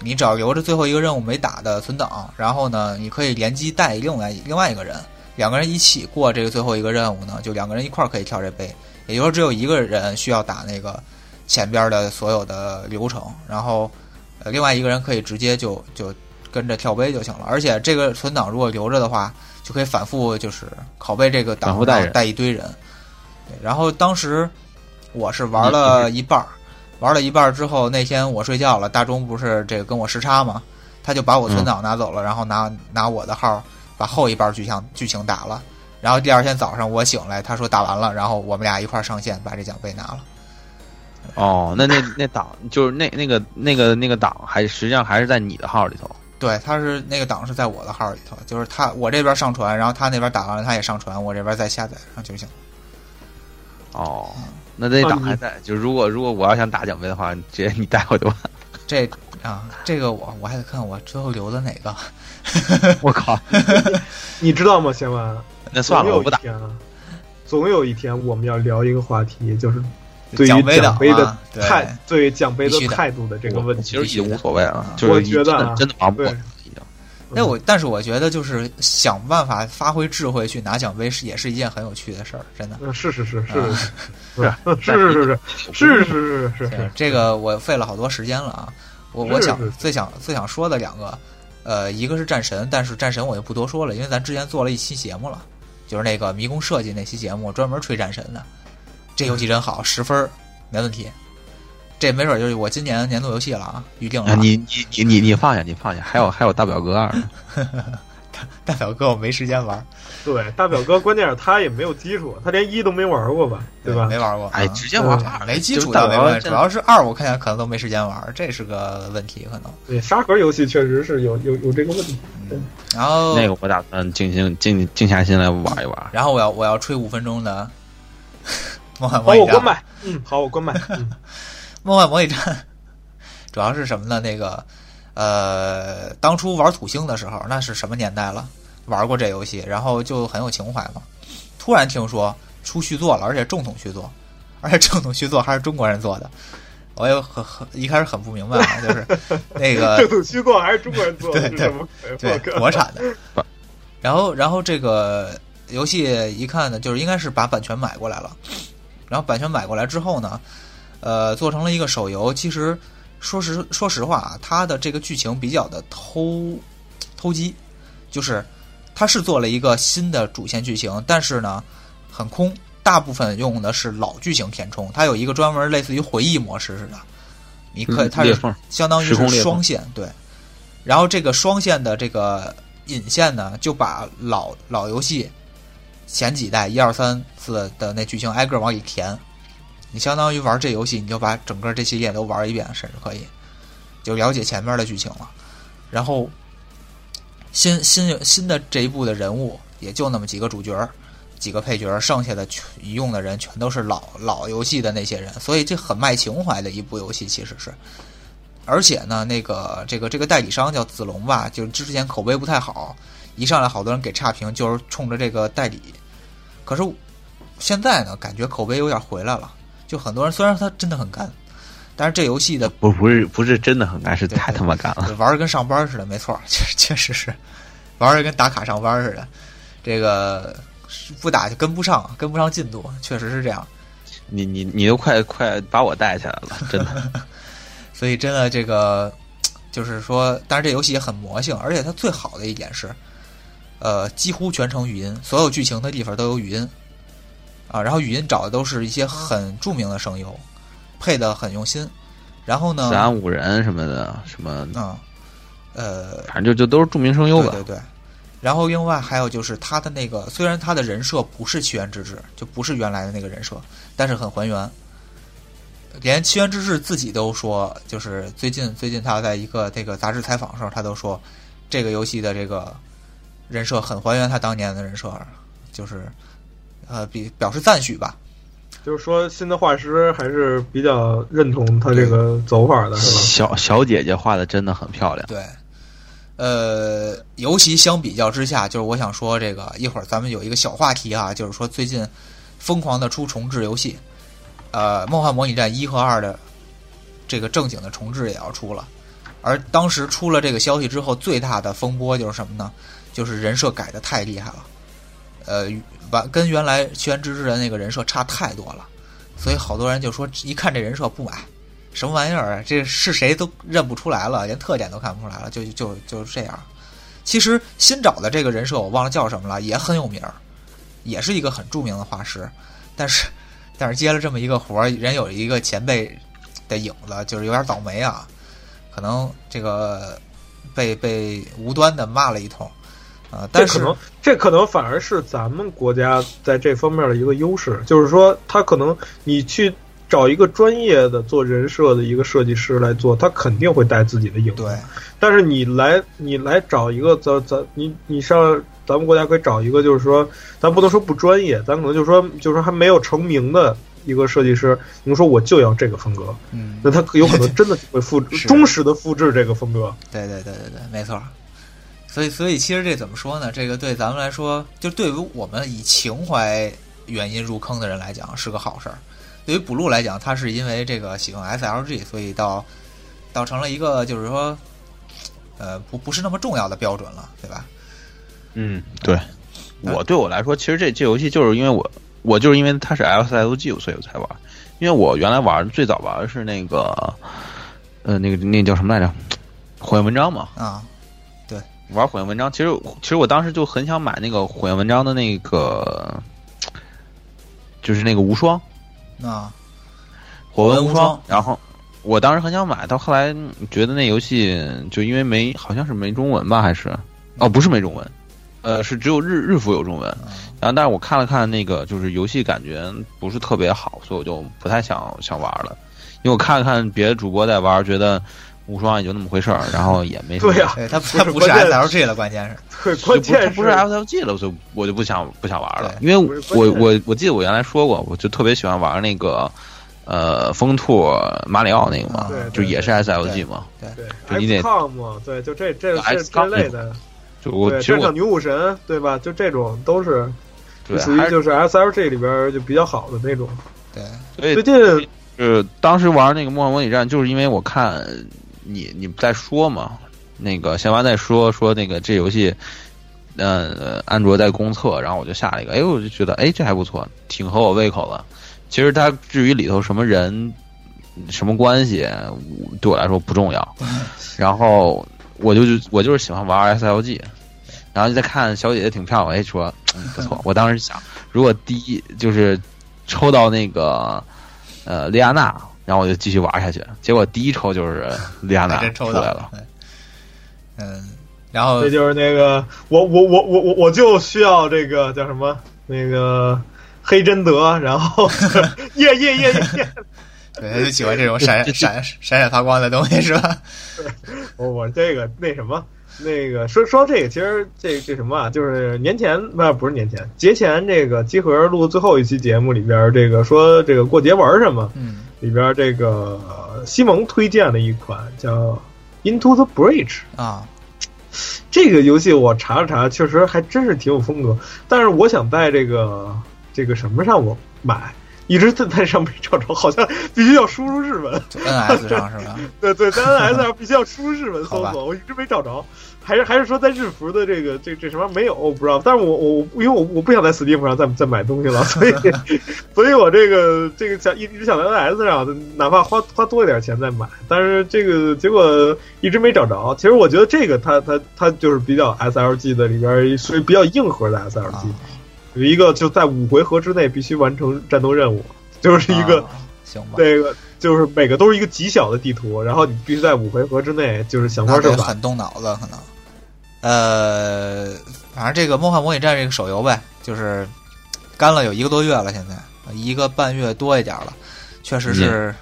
Speaker 1: 你只要留着最后一个任务没打的存档，然后呢，你可以联机带另外另外一个人，两个人一起过这个最后一个任务呢，就两个人一块儿可以跳这杯。也就是说，只有一个人需要打那个前边的所有的流程，然后呃，另外一个人可以直接就就跟着跳杯就行了。而且这个存档如果留着的话，就可以反复就是拷贝这个档，
Speaker 3: 反复带
Speaker 1: 然后
Speaker 3: 人
Speaker 1: 带一堆人。对然后当时我是玩了一半儿，玩了一半儿之后，那天我睡觉了，大钟不是这个跟我时差嘛，他就把我存档拿走了，然后拿拿我的号把后一半剧情剧情打了。然后第二天早上我醒来，他说打完了，然后我们俩一块儿上线把这奖杯拿了。
Speaker 3: 哦，那那那档就是那那个那个那个档，还实际上还是在你的号里头。
Speaker 1: 对，他是那个档是在我的号里头，就是他我这边上传，然后他那边打完了，他也上传，我这边再下载上就行。
Speaker 3: 哦，
Speaker 1: 嗯
Speaker 3: 那那
Speaker 2: 啊
Speaker 3: 档还在。就如果如果我要想打奖杯的话，直接你带我
Speaker 1: *laughs*
Speaker 3: 就完。
Speaker 1: 这啊，这个我我还得看我最后留的哪个。
Speaker 3: 我靠，
Speaker 2: 你知道吗，贤文？
Speaker 3: 那算了，
Speaker 2: 总有
Speaker 3: 我不打
Speaker 2: 一。天啊，总有一天我们要聊一个话题，就是对于
Speaker 1: 奖杯党
Speaker 2: 奖杯的
Speaker 1: 啊对
Speaker 2: 态，对奖杯
Speaker 1: 必须
Speaker 2: 的
Speaker 1: 的
Speaker 2: 态度的这个问题。
Speaker 3: 其实已经无所谓了
Speaker 1: 啊，
Speaker 3: 就是
Speaker 2: 我
Speaker 3: 已
Speaker 2: 觉得啊
Speaker 3: 真的真的忙不过
Speaker 2: 对
Speaker 3: 来了，已经。
Speaker 1: 那我但是我觉得就是想办法发挥智慧去拿奖杯是也是一件很有趣的事儿，真的。
Speaker 2: 嗯，是是是是
Speaker 1: 啊
Speaker 2: 是是是是是是是
Speaker 1: *laughs*
Speaker 2: 是
Speaker 1: 对
Speaker 2: 是，
Speaker 1: 这个我费了好多时间了啊。我
Speaker 2: 是
Speaker 1: 我想
Speaker 2: 是
Speaker 1: 最想最想说的两个，呃，一个是战神，但是战神我就不多说了，因为咱之前做了一期节目了，就是那个迷宫设计那期节目，专门吹战神的。这游戏真好，十分儿没问题。这没准就是我今年年度游戏了啊，预定了
Speaker 3: *laughs* 啊，
Speaker 1: 啊。
Speaker 3: 你你你你你放下，你放下，还有还有大表哥二呢，
Speaker 1: *laughs* 大表哥我没时间玩儿，
Speaker 2: 对，大表哥，关键是他也没有基础，他连一都没玩过吧，对吧？
Speaker 1: 没玩过。
Speaker 3: 哎，
Speaker 1: 啊
Speaker 3: 直接玩二，
Speaker 1: 没基
Speaker 3: 就
Speaker 1: 础
Speaker 3: 是大
Speaker 1: 倒没
Speaker 3: 表
Speaker 1: 问
Speaker 3: 哥
Speaker 1: 题，
Speaker 3: 真
Speaker 1: 主
Speaker 3: 的
Speaker 1: 要是二我看见可能都没时间玩儿，这是个问题可能。
Speaker 2: 对，沙盒游戏确实是有有有这个问题。
Speaker 1: 然后
Speaker 3: 那个我打算静心静静下心来玩一玩。
Speaker 1: 然后我要我要吹五分钟的梦幻
Speaker 2: 好，
Speaker 1: 模拟
Speaker 2: 哦我
Speaker 1: 战
Speaker 2: 关。麦。嗯，好，我关麦。嗯，
Speaker 1: 梦幻模拟战 *laughs* 主要是什么呢？那个呃，当初玩土星的时候，那是什么年代了？玩过这游戏，然后就很有情怀嘛。突然听说出续作了，而且正统续作，而且正统续作还是中国人做的，我也很很一开始很不明白啊，就是那
Speaker 2: *laughs*
Speaker 1: 个
Speaker 2: 正统虚构还是中国人做的，
Speaker 1: 对
Speaker 2: 是
Speaker 1: 对
Speaker 2: 什么鬼？
Speaker 1: 对
Speaker 2: 我，靠！
Speaker 1: 国产的。然后，然后这个游戏一看呢，就是应该是把版权买过来了。然后版权买过来之后呢，呃，做成了一个手游。其实说实说实话啊，它的这个剧情比较的偷偷鸡，就是它是做了一个新的主线剧情，但是呢很空，大部分用的是老剧情填充。它有一个专门类似于回忆模式似的，你可以
Speaker 3: 嗯
Speaker 1: 它
Speaker 3: 裂
Speaker 1: 是
Speaker 3: 缝
Speaker 1: 相当于
Speaker 3: 时空
Speaker 1: 是
Speaker 3: 裂缝
Speaker 1: 双线对。然后这个双线的这个引线呢，就把老老游戏前几代一二三四的那剧情挨个往里填。你相当于玩这游戏，你就把整个这系列都玩一遍，甚至可以就了解前面的剧情了。然后新新新的这一部的人物也就那么几个主角儿、几个配角儿，剩下的全一用的人全都是老老游戏的那些人，所以这很卖情怀的一部游戏其实是。而且呢，那个这个这个代理商叫子龙吧，就是之前口碑不太好，一上来好多人给差评，就是冲着这个代理。可是现在呢，感觉口碑有点回来了，就很多人虽然它真的很干，但是这游戏的
Speaker 3: 不不是不是真的很干，是
Speaker 1: 对
Speaker 3: 太他妈干了。
Speaker 1: 对玩儿跟上班似的，没错儿，确确实是，玩儿跟打卡上班似的，这个是不打就跟不上，跟不上进度，确实是这样。
Speaker 3: 你你你都快快把我带起来了，真 *laughs* 的。
Speaker 1: 所以真的这个就是说，但是这游戏也很魔性，而且它最好的一点是，呃，几乎全程语音，所有剧情的地方都有语音啊，然后语音找的都是一些很著名的声优，配的很用心。然后
Speaker 3: 子
Speaker 1: 呢，
Speaker 3: 安五人什么的，什么，
Speaker 1: 嗯，呃，
Speaker 3: 反正就就都是著名声优吧
Speaker 1: 对。对对。然后另外还有就是他的那个，虽然他的人设不是七元之志，就不是原来的那个人设，但是很还原。连七元之志自己都说，就是最近最近他在一个这个杂志采访的时候，他都说这个游戏的这个人设很还原他当年的人设，就是呃比表示赞许吧。
Speaker 2: 就是说，新的画师还是比较认同他这个走法的，是吧？
Speaker 3: 小小姐姐画的真的很漂亮，
Speaker 1: 对，呃，尤其相比较之下，就是我想说这个，一会儿咱们有一个小话题啊，就是说最近疯狂的出重置游戏，呃，《梦幻模拟战》一和二的这个正经的重置也要出了。而当时出了这个消息之后，最大的风波就是什么呢？就是人设改的太厉害了，呃，完跟原来《轩辕之志》的那个人设差太多了，所以好多人就说，一看这人设不买，什么玩意儿啊？这是谁都认不出来了，连特点都看不出来了，就就就是这样。其实新找的这个人设我忘了叫什么了，也很有名儿，也是一个很著名的画师，但是但是接了这么一个活儿，人有一个前辈的影子，就是有点倒霉啊，可能这个被被无端的骂了一通，呃，但
Speaker 2: 这
Speaker 1: 是
Speaker 2: 可能这可能反而是咱们国家在这方面的一个优势，就是说他可能你去找一个专业的做人设的一个设计师来做，他肯定会带自己的影子。
Speaker 1: 对
Speaker 2: 但是你来你来找一个咱咱你你上咱们国家可以找一个，就是说咱不能说不专业，咱可能就是说就是说还没有成名的一个设计师，你说我就要这个风格，
Speaker 1: 嗯
Speaker 2: 那，他有可能真的会复
Speaker 3: *laughs*
Speaker 1: 是
Speaker 2: 制忠实的复制这个风格。
Speaker 1: 对对对对对，没错儿。所以，所以其实这怎么说呢？这个对咱们来说，就对于我们以情怀原因入坑的人来讲是个好事儿。对于补录来讲，他是因为这个喜欢 SLG，所以到到成了一个就是说，呃，不不是那么重要的标准了，对吧？
Speaker 3: 嗯，对，我对我来说，其实这这游戏就是因为我我就是因为它是 SLG，所以我才玩。因为我原来玩最早玩的是那个，呃，那个那叫什么来着？火焰文章嘛，
Speaker 1: 啊，
Speaker 3: 玩火焰文章。其实其实我当时就很想买那个火焰文章的那个，就是那个无双。
Speaker 1: 啊，
Speaker 3: 火
Speaker 1: 纹
Speaker 3: 纹
Speaker 1: 无
Speaker 3: 无
Speaker 1: 双
Speaker 3: 双。然后我当时很想买，到后来嗯觉得那游戏就因为没好像是没中文吧，还是哦不是没中文，呃是只有日日服有中文。然后但是我看了看那个就是游戏感觉不是特别好，所以我就不太想想玩了，因为我看了看别的主播在玩，觉得无双也就那么回事儿，然后也没什么。
Speaker 2: 对呀啊
Speaker 1: 对，他
Speaker 2: 不是
Speaker 1: 哎他不是
Speaker 2: 关键
Speaker 1: SLG 了，关键是，
Speaker 2: 对，
Speaker 3: 就
Speaker 2: 关
Speaker 3: 不它
Speaker 2: 键
Speaker 3: 不是 SLG 了，所以我就不想不想玩了，因为
Speaker 2: 不是
Speaker 3: 我
Speaker 2: 关键
Speaker 3: 我我记得我原来说过，我就特别喜欢玩那个呃风兔马里奥那个嘛，
Speaker 1: 啊对
Speaker 3: 就
Speaker 2: 啊对
Speaker 3: 也是 SLG 嘛，
Speaker 2: 对
Speaker 3: 就你得
Speaker 2: XCOM 嘛，对，就这这这
Speaker 3: XCOM
Speaker 2: 这类的，
Speaker 3: 就我
Speaker 2: 对，
Speaker 3: 其实
Speaker 2: 战
Speaker 3: 我
Speaker 2: 场女武神，对吧？就这种都是
Speaker 3: 对
Speaker 2: 属
Speaker 3: 还
Speaker 2: 于
Speaker 3: 是
Speaker 2: 就是 SLG 里边就比较好的那种。
Speaker 1: 对，
Speaker 3: 所以
Speaker 2: 最近
Speaker 3: 就是当时玩那个《末日模拟战》，就是因为我看你你在说嘛，那个先完再说说那个这游戏，呃，安卓在公测，然后我就下了一个，哎，我就觉得哎这还不错，挺合我胃口的。其实它至于里头什么人、什么关系，我对我来说不
Speaker 1: *laughs*
Speaker 3: 重要。然后我就我就是喜欢玩 SLG，然后再看小姐姐挺漂亮，哎，说、嗯、
Speaker 1: *laughs*
Speaker 3: 不错。我当时想，如果第一就是抽到那个呃莉亚娜，然后我就继续玩下去。结果第一抽就是莉亚娜
Speaker 1: 还真
Speaker 3: 出
Speaker 1: 抽到
Speaker 3: 来
Speaker 1: 了
Speaker 3: 了，，
Speaker 1: 对嗯，然后
Speaker 2: 这就是那个我我我我我我就需要这个叫什么那个黑贞德，然后 *laughs* 耶耶耶耶耶，
Speaker 1: 对，他就喜欢这种闪闪闪闪发光的东西，是吧？
Speaker 2: 我哦我这个那什么。那个说说这个，其实这这什么啊，就是年前不、不是年前节前这个集合录最后一期节目里边，这个说这个过节玩什么，
Speaker 1: 嗯，
Speaker 2: 里边这个呃西蒙推荐了一款叫《Into the Bridge》
Speaker 1: 啊，
Speaker 2: 这个游戏，我查了查，确实还真是挺有风格。但是我想在这个这个什么上我买，一直在在上面找着，好像必须要输入日文。
Speaker 1: 就 NS 上是吧？
Speaker 2: 对对，在 NS 上必须要输入日文
Speaker 1: *laughs* 好
Speaker 2: 搜
Speaker 1: 吧
Speaker 2: 索，我一直没找着。还是还是说在日服的这个这这什么没有，我不知道。但是我我因为我我不想在 Steam 上再再买东西了，所
Speaker 1: *laughs*
Speaker 2: 以所以我这个这个想一直想在 NS 上，哪怕花花多一点钱再买，但是这个结果一直没找着。其实我觉得这个它它它就是比较 SLG 的里边儿，所以比较硬核的 SLG，、
Speaker 1: 啊
Speaker 2: 有一个就在五回合之内必须完成战斗任务，就是一个、
Speaker 1: 啊行吧，
Speaker 2: 这个就是每个都是一个极小的地图，然后你必须在五回合之内就是想
Speaker 1: 那
Speaker 2: 方设
Speaker 1: 得
Speaker 2: 法。
Speaker 1: 很动脑子，可能。呃，反正这个《梦幻模拟战》这个手游呗，就是干了有一个多月了，现在一个半月多一点了，确实是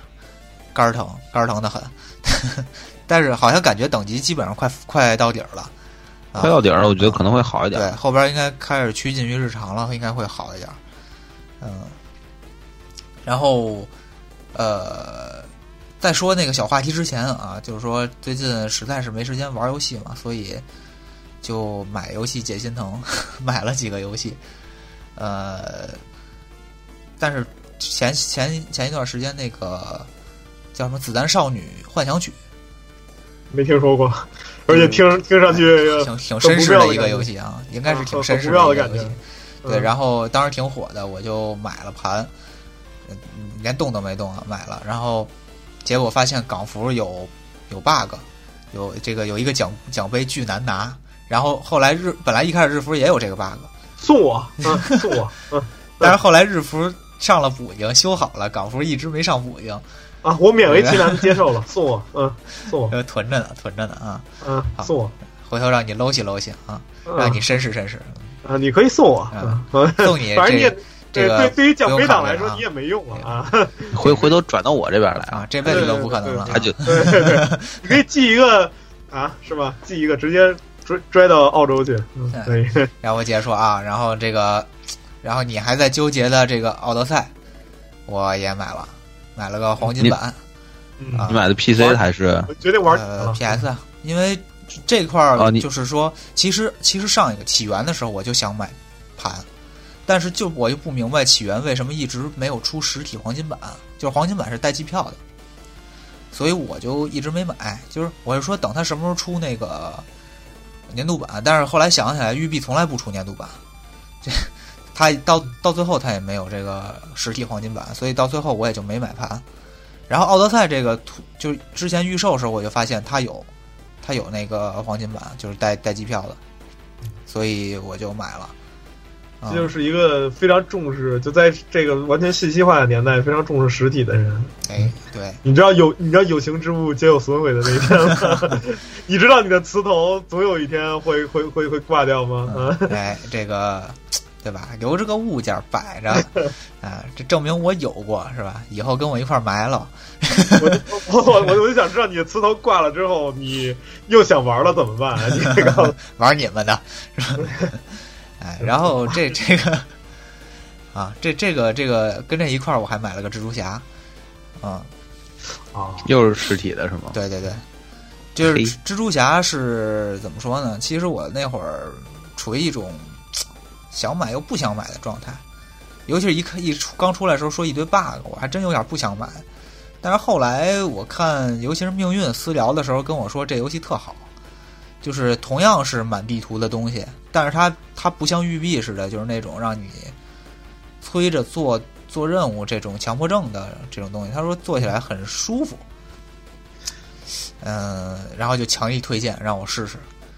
Speaker 1: 肝儿疼，肝儿疼的很。 *laughs* 但是好像感觉等级基本上快快到底儿了，啊
Speaker 3: 快到底儿了，我觉得可能会好一点。
Speaker 1: 对，后边应该开始趋近于日常了，应该会好一点儿。嗯，然后呃，在说那个小话题之前啊，就是说最近实在是没时间玩游戏嘛，所以就买游戏解心疼， *laughs* 买了几个游戏。呃，但是前前前一段时间那个叫什么《子弹少女幻想曲》
Speaker 2: 没听说过，
Speaker 1: 嗯
Speaker 2: 而且听听上去
Speaker 1: 挺挺
Speaker 2: 呃很
Speaker 1: 绅
Speaker 2: 不
Speaker 1: 士
Speaker 2: 妙
Speaker 1: 的
Speaker 2: 的
Speaker 1: 一个
Speaker 2: 感觉
Speaker 1: 游戏啊，应该是挺
Speaker 2: 很
Speaker 1: 绅
Speaker 2: 很
Speaker 1: 士
Speaker 2: 不妙
Speaker 1: 的
Speaker 2: 的
Speaker 1: 一个游
Speaker 2: 感觉
Speaker 1: 戏。。对，
Speaker 2: 嗯
Speaker 1: 然后当时挺火的，我就买了盘，呃连动都没动啊，买了。然后结果发现港服有有 bug，有这个有一个奖奖杯巨难拿。然后后来日本来一开始日服也有这个 bug，
Speaker 2: 送我，嗯，送
Speaker 1: *laughs*
Speaker 2: 我，嗯
Speaker 1: 但是后来日服上了补丁修好了，港服一直没上补丁，
Speaker 2: 啊，我勉为其难地接
Speaker 1: *laughs*
Speaker 2: 受了，送我，嗯，送我，
Speaker 1: 呃，囤着呢，囤着呢啊，
Speaker 2: 嗯，
Speaker 1: 好
Speaker 2: 送我，
Speaker 1: 回头让你搂起搂起啊，让你
Speaker 2: 嗯
Speaker 1: 绅士绅士，
Speaker 2: 啊，你可以送我，
Speaker 1: 嗯
Speaker 2: 嗯，嗯
Speaker 1: 送你
Speaker 2: *laughs* 反正你
Speaker 1: 这
Speaker 2: 也
Speaker 1: 个这
Speaker 2: 对
Speaker 1: 个
Speaker 2: 对，对于奖
Speaker 1: 不
Speaker 2: 杯
Speaker 1: 用考
Speaker 2: 党
Speaker 1: 虑
Speaker 2: 来说
Speaker 1: 啊
Speaker 2: 你也没用了啊， *laughs*
Speaker 3: 回回头转到我这边来
Speaker 1: 啊，这辈子都不可能了啊，
Speaker 3: 他就
Speaker 2: 对对对，你可以寄一个啊，是吧？寄一个直接拽拽到澳洲去，嗯，
Speaker 1: 嗯
Speaker 2: 可以，
Speaker 1: 然后我接着说啊，然后这个，然后你还在纠结的这个《奥德赛》，我也买了，买了个黄金版，
Speaker 2: 嗯
Speaker 1: 啊
Speaker 3: 你买的 PC 还是
Speaker 2: 我决定玩儿
Speaker 1: 呃，PS 啊，因为这块儿
Speaker 3: 哦你
Speaker 1: 就是说，其实其实上一个起源的时候我就想买盘，但是就我就不明白起源为什么一直没有出实体黄金版，就是黄金版是带机票的，所以我就一直没买。就是我是说等它什么时候出那个年度版，但是后来想起来，育碧从来不出年度版，这它到到最后它也没有这个实体黄金版，所以到最后我也就没买盘。然后奥德赛这个图，就是之前预售时候我就发现它有，它有那个黄金版，就是带带机票的，所以我就买了。啊
Speaker 2: 这就是一个非常重视，就在这个完全信息化的年代，非常重视实体的人。
Speaker 1: 哎，
Speaker 2: *laughs*
Speaker 1: 对，
Speaker 2: 你知道有你知道有形之物皆有损毁的那一天吗？你知道你的磁头总有一天会会会会挂掉吗？啊，
Speaker 1: 嗯，哎，这个，对吧？留着个物件摆
Speaker 2: *laughs*
Speaker 1: 着，啊，这证明我有过，是吧？以后跟我一块儿埋了。
Speaker 2: 我我我就想知道你的磁头挂了之后，你又想玩了怎么办？你这个
Speaker 1: 玩你们的，是吧？哎，然后这这个啊，这这个这个跟这一块儿，我还买了个蜘蛛侠，嗯，
Speaker 2: 啊，
Speaker 3: 又是实体的是吗？
Speaker 1: 对对对，就是
Speaker 3: 嘿
Speaker 1: 蜘蛛侠是怎么说呢？其实我那会儿处于一种嘖想买又不想买的状态，尤其是一看一出刚出来的时候说一堆 bug，我还真有点不想买。但是后来我看，尤其是命运私聊的时候跟我说这游戏特好，就是同样是满地图的东西，但是它它不像育碧似的，就是那种让你催着做做任务这种强迫症的这种东西。他说做起来很舒服，嗯，然后就强力推荐让我试试。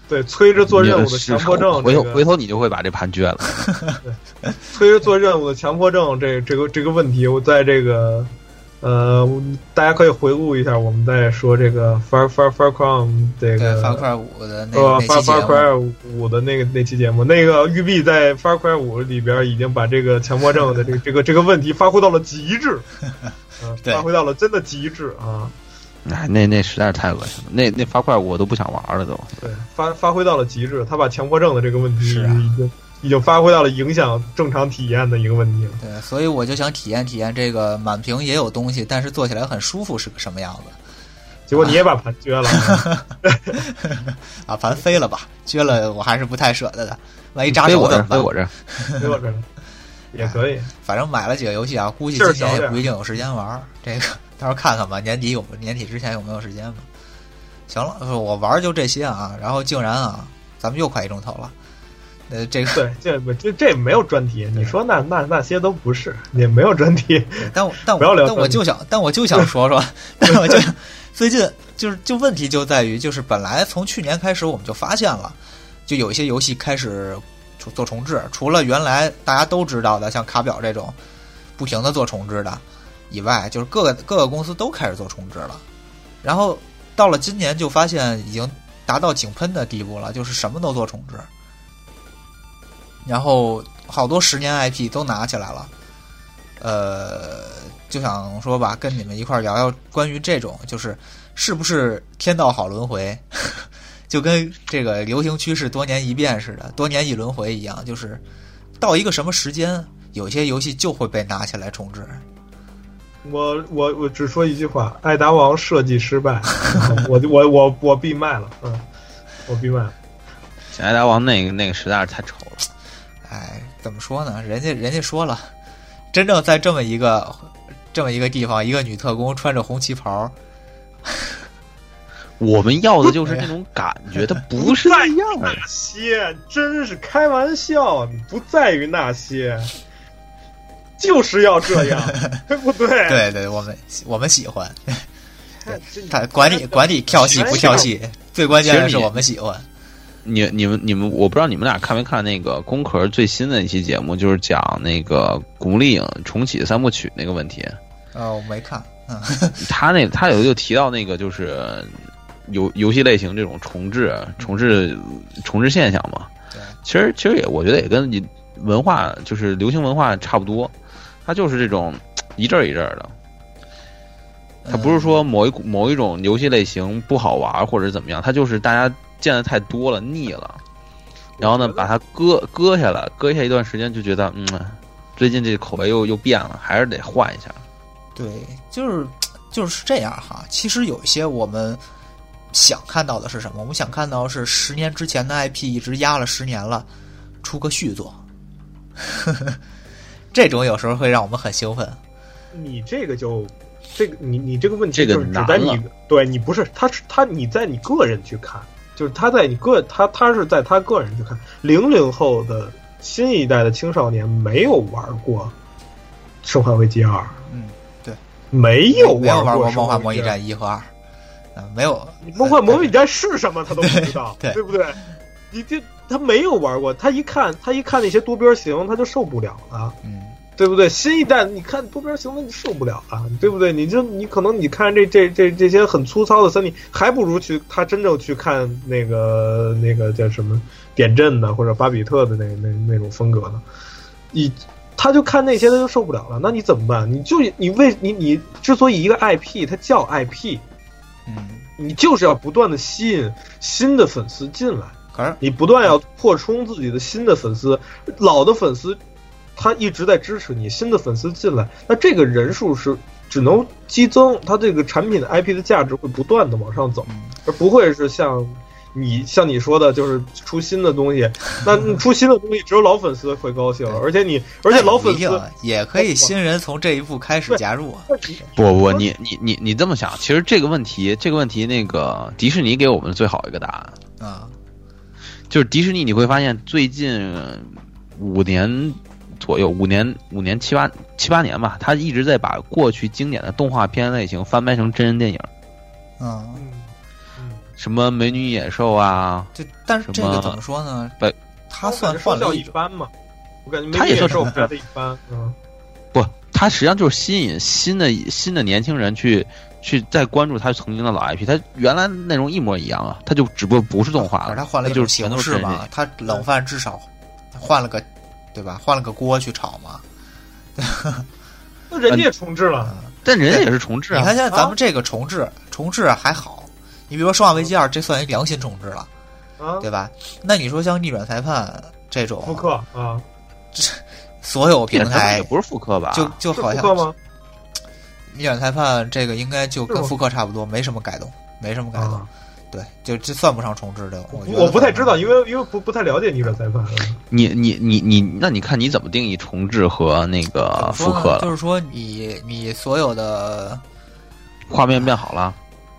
Speaker 2: 对，催着做任务
Speaker 3: 你
Speaker 2: 的
Speaker 3: 是
Speaker 2: 强迫症，
Speaker 3: 回
Speaker 2: 这
Speaker 3: 头
Speaker 2: 个
Speaker 3: 回头你就会把这盘撅了。
Speaker 2: 催着做任务的强迫症，这这个这个问题，我在这个呃，大家可以回顾一下，我们在说这个 Far Far Far Cry 这
Speaker 1: 对
Speaker 2: 个，
Speaker 1: 发块五的那
Speaker 2: 呃
Speaker 1: 个那
Speaker 2: Far
Speaker 1: 期节
Speaker 2: Far
Speaker 1: 目，
Speaker 2: Cry 五的那个那期节目，那个育碧在 Far Cry 五里边已经把这个强迫症的这个这个这个问题发挥到了极
Speaker 1: *laughs*
Speaker 2: 致，嗯
Speaker 1: 对
Speaker 2: 发挥到了真的极致啊！
Speaker 3: 哎，那那实在是太恶心了，那那发块我都不想玩了都。
Speaker 2: 对，发发挥到了极致，他把强迫症的这个问题
Speaker 1: 是
Speaker 2: 已
Speaker 1: 啊
Speaker 2: 经、已经发挥到了影响正常体验的一个问题了。
Speaker 1: 对，所以我就想体验体验这个满屏也有东西，但是做起来很舒服是个什么样子 *laughs*
Speaker 2: 结果你也把盘撅了。
Speaker 1: 啊？盘飞了吧，撅了我还是不太舍得的，万一扎
Speaker 3: 飞
Speaker 1: 手
Speaker 3: 我这
Speaker 1: 怎
Speaker 3: 儿，
Speaker 1: 么
Speaker 3: 飞
Speaker 1: 办？
Speaker 3: 我这儿，
Speaker 2: *laughs* 给我这儿
Speaker 3: 哎
Speaker 2: 也可以。
Speaker 1: 反正买了几个游戏啊，估计
Speaker 2: 劲儿
Speaker 1: 今年
Speaker 2: 小
Speaker 1: 也
Speaker 2: 点儿
Speaker 1: 不一定有时间玩儿。这个 *laughs* 到时候看看吧，年底有年底之前有没有时间吧。行了，呃我玩儿就这些啊，然后竟然啊，咱们又快一钟头了。呃，这个，
Speaker 2: 对，这这这没有专题，你说那那那些都不是，也没有专题。 *laughs*
Speaker 1: 但我但
Speaker 2: 不要
Speaker 1: 我
Speaker 2: 聊
Speaker 1: 但我就想，但我就想说说， *laughs* 但我就最近就是就问题就在于，就是本来从去年开始我们就发现了，就有一些游戏开始做做重置，除了原来大家都知道的像卡表这种不停的做重置的以外，就是各个各个公司都开始做重置了。然后到了今年就发现已经达到井喷的地步了，就是什么都做重置，然后好多十年 IP 都拿起来了。呃，就想说吧，跟你们一块儿聊聊关于这种，就是是不是天道好轮回， *laughs* 就跟这个流行趋势多年一变似的，多年一轮回一样，就是到一个什么时间，有些游戏就会被拿起来重置。
Speaker 2: 我我我只说一句话：艾达王设计失
Speaker 3: *laughs*
Speaker 2: 败，我我我我闭麦了，嗯，我闭麦了。
Speaker 3: 小爱达王那个那个实在是太丑了。
Speaker 1: 哎，怎么说呢？人家人家说了，真正在这么一个这么一个地方，一个女特工穿着红旗袍，
Speaker 3: 我们要的就是那种感觉，它不
Speaker 2: 哎
Speaker 3: 是那样的。
Speaker 2: 那些真是开玩笑，你不在于那些，就是要这
Speaker 3: *laughs*
Speaker 2: 样，对不对？
Speaker 1: 对对，我们我们喜欢
Speaker 2: 看这，
Speaker 1: 他管你管你跳戏不跳戏，最关键的
Speaker 3: 其
Speaker 1: 是
Speaker 3: 实你
Speaker 1: 我们喜欢。
Speaker 3: 你你们你们，我不知道你们俩看没看那个工壳最新的一期节目，就是讲那个《古墓丽影》重启三部曲那个问题。
Speaker 1: 呃，我没看，嗯，
Speaker 3: 他那他有就提到那个就是游游戏类型这种重置、啊重置、重置现象嘛。
Speaker 1: 对，
Speaker 3: 其实其实也我觉得也跟你文化就是流行文化差不多，它就是这种一阵儿一阵儿的。它不是
Speaker 1: 嗯
Speaker 3: 说某一股某一种游戏类型不好玩或者怎么样，它就是大家见的太多了，腻了，然后呢把它割割下来，割下一段时间就觉得嗯，最近这口碑又又变了，还是得换一下。
Speaker 1: 嗯对，就是就是这样哈。其实有一些我们想看到的是什么？我们想看到是十年之前的 IP 一直压了十年了，出个续作， *laughs* 这种有时候会让我们很兴奋。
Speaker 2: 你这个就这个你你这个问题
Speaker 3: 这个
Speaker 2: 就是只
Speaker 3: 难
Speaker 2: 在你
Speaker 3: 了
Speaker 2: 对你不是他是他你在你个人去看，就是他在你个他他是在他个人去看。零零后的新一代的青少年没有玩过《生化危机二》，
Speaker 1: 嗯，对，
Speaker 2: 没
Speaker 1: 没
Speaker 2: 哎有
Speaker 1: 没有玩
Speaker 2: 过
Speaker 1: 过《
Speaker 2: 生
Speaker 1: 梦
Speaker 2: 化
Speaker 1: 幻模拟战一》和二，啊，没有
Speaker 2: 你梦幻模拟战是什么，他都不知道，
Speaker 1: 对
Speaker 2: 不对？你这他没有玩过，他一看他一看那些多边形，他就受不了了，
Speaker 1: 嗯，
Speaker 2: 对不对？新一代你看多边形，那你受不了了，对不对？你就你可能你看这这这这些很粗糙的三 D，还不如去他真正去看那个那个叫什么点阵的或者巴比特的那那那种风格呢。你他就看那些他就受不了了，那你怎么办？你就你为你你之所以一个 IP 它叫 IP，
Speaker 1: 嗯，
Speaker 2: 你就是要不断的吸引新的粉丝进来，
Speaker 1: 可是
Speaker 2: 你不断要扩充自己的新的粉丝，老的粉丝他一直在支持你，新的粉丝进来，那这个人数是只能激增，它这个产品的 IP 的价值会不断的往上走，
Speaker 1: 嗯
Speaker 2: 而不会是像你像你说的，就是出新的东西，那
Speaker 1: *laughs*
Speaker 2: 你出新的东西只有老粉丝会高兴，而且你而且老
Speaker 1: 不
Speaker 2: 粉
Speaker 1: 一定
Speaker 2: 丝
Speaker 1: 啊也可以新人从这一步开始加入啊。
Speaker 3: 不不，你你你你这么想，其实这个问题，这个问题，那个迪士尼给我们最好一个答案，
Speaker 1: 啊，
Speaker 3: 就是迪士尼你会发现最近五年左右，五年五年七八七八年吧，他一直在把过去经典的动画片类型翻拍成真人电影，
Speaker 1: 嗯，
Speaker 2: 嗯
Speaker 3: 什么《美女与野兽》啊，
Speaker 1: 这但是
Speaker 3: 什
Speaker 1: 这个
Speaker 3: 么
Speaker 1: 怎么说呢？
Speaker 3: 对，
Speaker 1: 他
Speaker 2: 我感
Speaker 1: 算
Speaker 2: 觉
Speaker 1: 换
Speaker 2: 收
Speaker 1: 了
Speaker 2: 效
Speaker 1: 一
Speaker 2: 一
Speaker 1: 种，
Speaker 2: 般嘛，我感觉没
Speaker 3: 他也
Speaker 2: 野
Speaker 3: 算
Speaker 2: 兽
Speaker 3: 是
Speaker 2: 拍的一般，嗯。
Speaker 3: 不，它实际上就是吸引新的新的年轻人去去再关注他曾经的老 IP，他原来内容一模一样啊，他就只不过不是动画
Speaker 1: 可
Speaker 3: 了，
Speaker 1: 是他换了一
Speaker 3: 它
Speaker 1: 种
Speaker 3: 啊就是全
Speaker 1: 形
Speaker 3: 都是
Speaker 1: 式
Speaker 3: 真人
Speaker 1: 嘛，他冷饭至少换了个，对吧？换了个锅去炒嘛。
Speaker 2: 那人
Speaker 3: 嗯
Speaker 2: 家也重置了，
Speaker 3: 但人家也是重置
Speaker 1: 你
Speaker 3: 啊
Speaker 1: 看现，在咱们这个重置，重置还好，你比如说《生化危机二》，这算一良心重置了，
Speaker 2: 啊，
Speaker 3: 嗯
Speaker 1: 对吧？那你说像《逆转裁判》这种
Speaker 2: 复刻啊，
Speaker 1: 所有
Speaker 3: 也
Speaker 1: 平台
Speaker 3: 也不是复刻吧？
Speaker 1: 就就好
Speaker 2: 是
Speaker 1: 像
Speaker 2: 复刻吗？
Speaker 1: 逆转裁判这个应该就跟复刻差不多，没什么改动，没什么改动。
Speaker 2: 啊
Speaker 1: 对，就这算不上重置的。我觉得
Speaker 2: 我不太知道，因
Speaker 1: 为
Speaker 2: 为因为不不太了解逆转裁判。
Speaker 3: 你你你你，那你看你怎么定义重置和那个啊复刻
Speaker 1: 就
Speaker 3: 了？
Speaker 1: 是说啊你你所有的
Speaker 3: 画面变好了，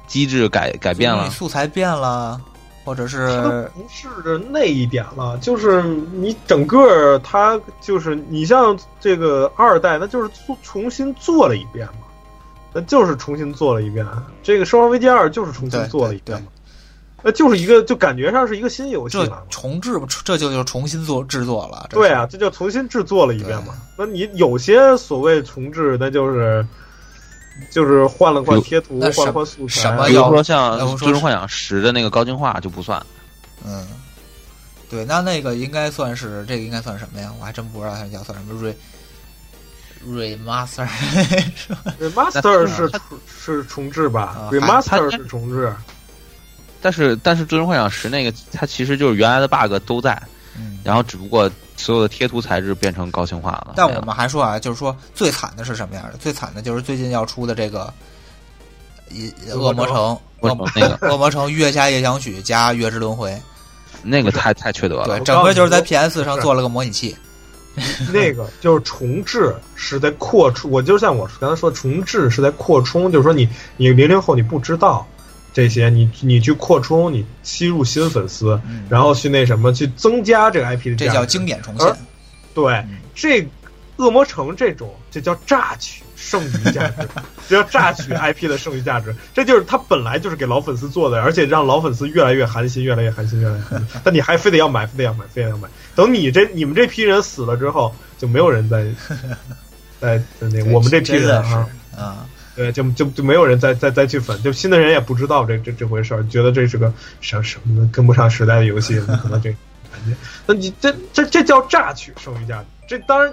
Speaker 3: 机制改改变
Speaker 1: 你
Speaker 3: 了，
Speaker 1: 素材变了，或者
Speaker 2: 它
Speaker 1: 是
Speaker 2: 都不是那一点了，就是你整个它就是你像这个二代，那就是做重新做了一遍嘛，那就是重新做了一遍。这个《生化危机二》就是重新做了一遍嘛，那就是一个就感觉上是一个新游戏
Speaker 1: 这
Speaker 2: 了嘛。
Speaker 1: 重置，这就就重新做制作了。这
Speaker 2: 对
Speaker 1: 是
Speaker 2: 啊，，这就重新制作了一遍嘛。那你有些所谓重置，那就是就是换了换贴图，
Speaker 1: 那
Speaker 2: 换
Speaker 1: 什
Speaker 2: 了换素材，
Speaker 1: 什么
Speaker 3: 比如
Speaker 1: 要
Speaker 3: 说像
Speaker 1: 要不
Speaker 3: 《
Speaker 1: 说
Speaker 3: 最终
Speaker 1: 是
Speaker 3: 幻想十》的那个高清化就不算，
Speaker 1: 嗯，对，那那个应该算是这个应该算什么呀？我还真不知道它叫算什么 re remaster 是吧？
Speaker 2: remaster
Speaker 3: 那
Speaker 2: 是
Speaker 3: 它
Speaker 2: 重是重置
Speaker 1: 啊
Speaker 2: 吧？remaster
Speaker 3: 它
Speaker 2: 是重置，
Speaker 3: 但是但是《最终幻想十》那个它其实就是原来的 bug 都在，
Speaker 1: 嗯，
Speaker 3: 然后只不过所有的贴图材质变成高清化了。
Speaker 1: 但
Speaker 3: 没
Speaker 1: 我
Speaker 3: 了
Speaker 1: 们还说啊，就是说最惨的是什么样的？最惨的就是最近要出的这个一《恶魔
Speaker 2: 恶魔
Speaker 1: 城
Speaker 2: 城》
Speaker 1: 恶
Speaker 3: 恶
Speaker 1: 魔
Speaker 3: 魔城那
Speaker 1: 恶魔城月下夜想曲加月之轮回，
Speaker 3: 那个太太缺德
Speaker 1: 对
Speaker 3: 了，，
Speaker 1: 整个就是在
Speaker 2: 我告
Speaker 1: PS 上
Speaker 2: 是
Speaker 1: 做了个模拟器。
Speaker 2: 那个就是重置是在扩充。我就像我刚才说，重置是在扩充，就是说你你零零后你不知道这些，你你去扩充，你吸入新粉丝，
Speaker 1: 嗯，
Speaker 2: 然后去那什么，去增加这个 IP 的
Speaker 1: 这
Speaker 2: 价值。
Speaker 1: 叫经典重现
Speaker 2: 而。对
Speaker 1: 嗯，
Speaker 2: 这恶魔城这种，这叫榨取剩余价
Speaker 1: *laughs*
Speaker 2: 值，这叫榨取 IP 的剩余价值。这就是它本来就是给老粉丝做的，而且让老粉丝越来越寒心，越来越寒心，越来越寒
Speaker 1: *laughs*
Speaker 2: 心。但你还非得要买，非得要买，非得要买。等你这你们这批人死了之后，就没有
Speaker 1: *laughs*
Speaker 2: 人再再再那
Speaker 1: 对
Speaker 2: 我们这批
Speaker 1: 真
Speaker 2: 人
Speaker 1: 的是
Speaker 2: 啊，
Speaker 1: 啊，
Speaker 2: 对，就就就没有人再再再去粉，就新的人也不知道这这这回事儿，觉得这是个什什么跟不上时代的游戏，可能这感觉。那你这这这叫榨取剩余价值，这当然，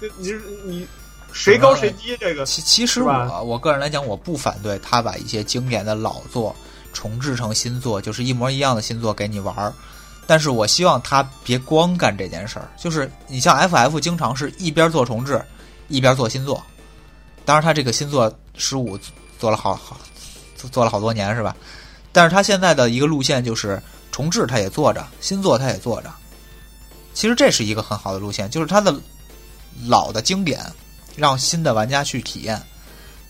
Speaker 2: 这你你谁高谁低这个，
Speaker 1: 其其实
Speaker 2: 是吧
Speaker 1: 我我个人来讲，我不反对他把一些经典的老作重制成新作，就是一模一样的新作给你玩儿。但是我希望他别光干这件事儿，就是你像 FF 经常是一边做重置，一边做新作。当然，他这个新作十五做了好好做做了好多年是吧？但是他现在的一个路线就是重置他也做着，新作他也做着。其实这是一个很好的路线，就是它的老的经典让新的玩家去体验，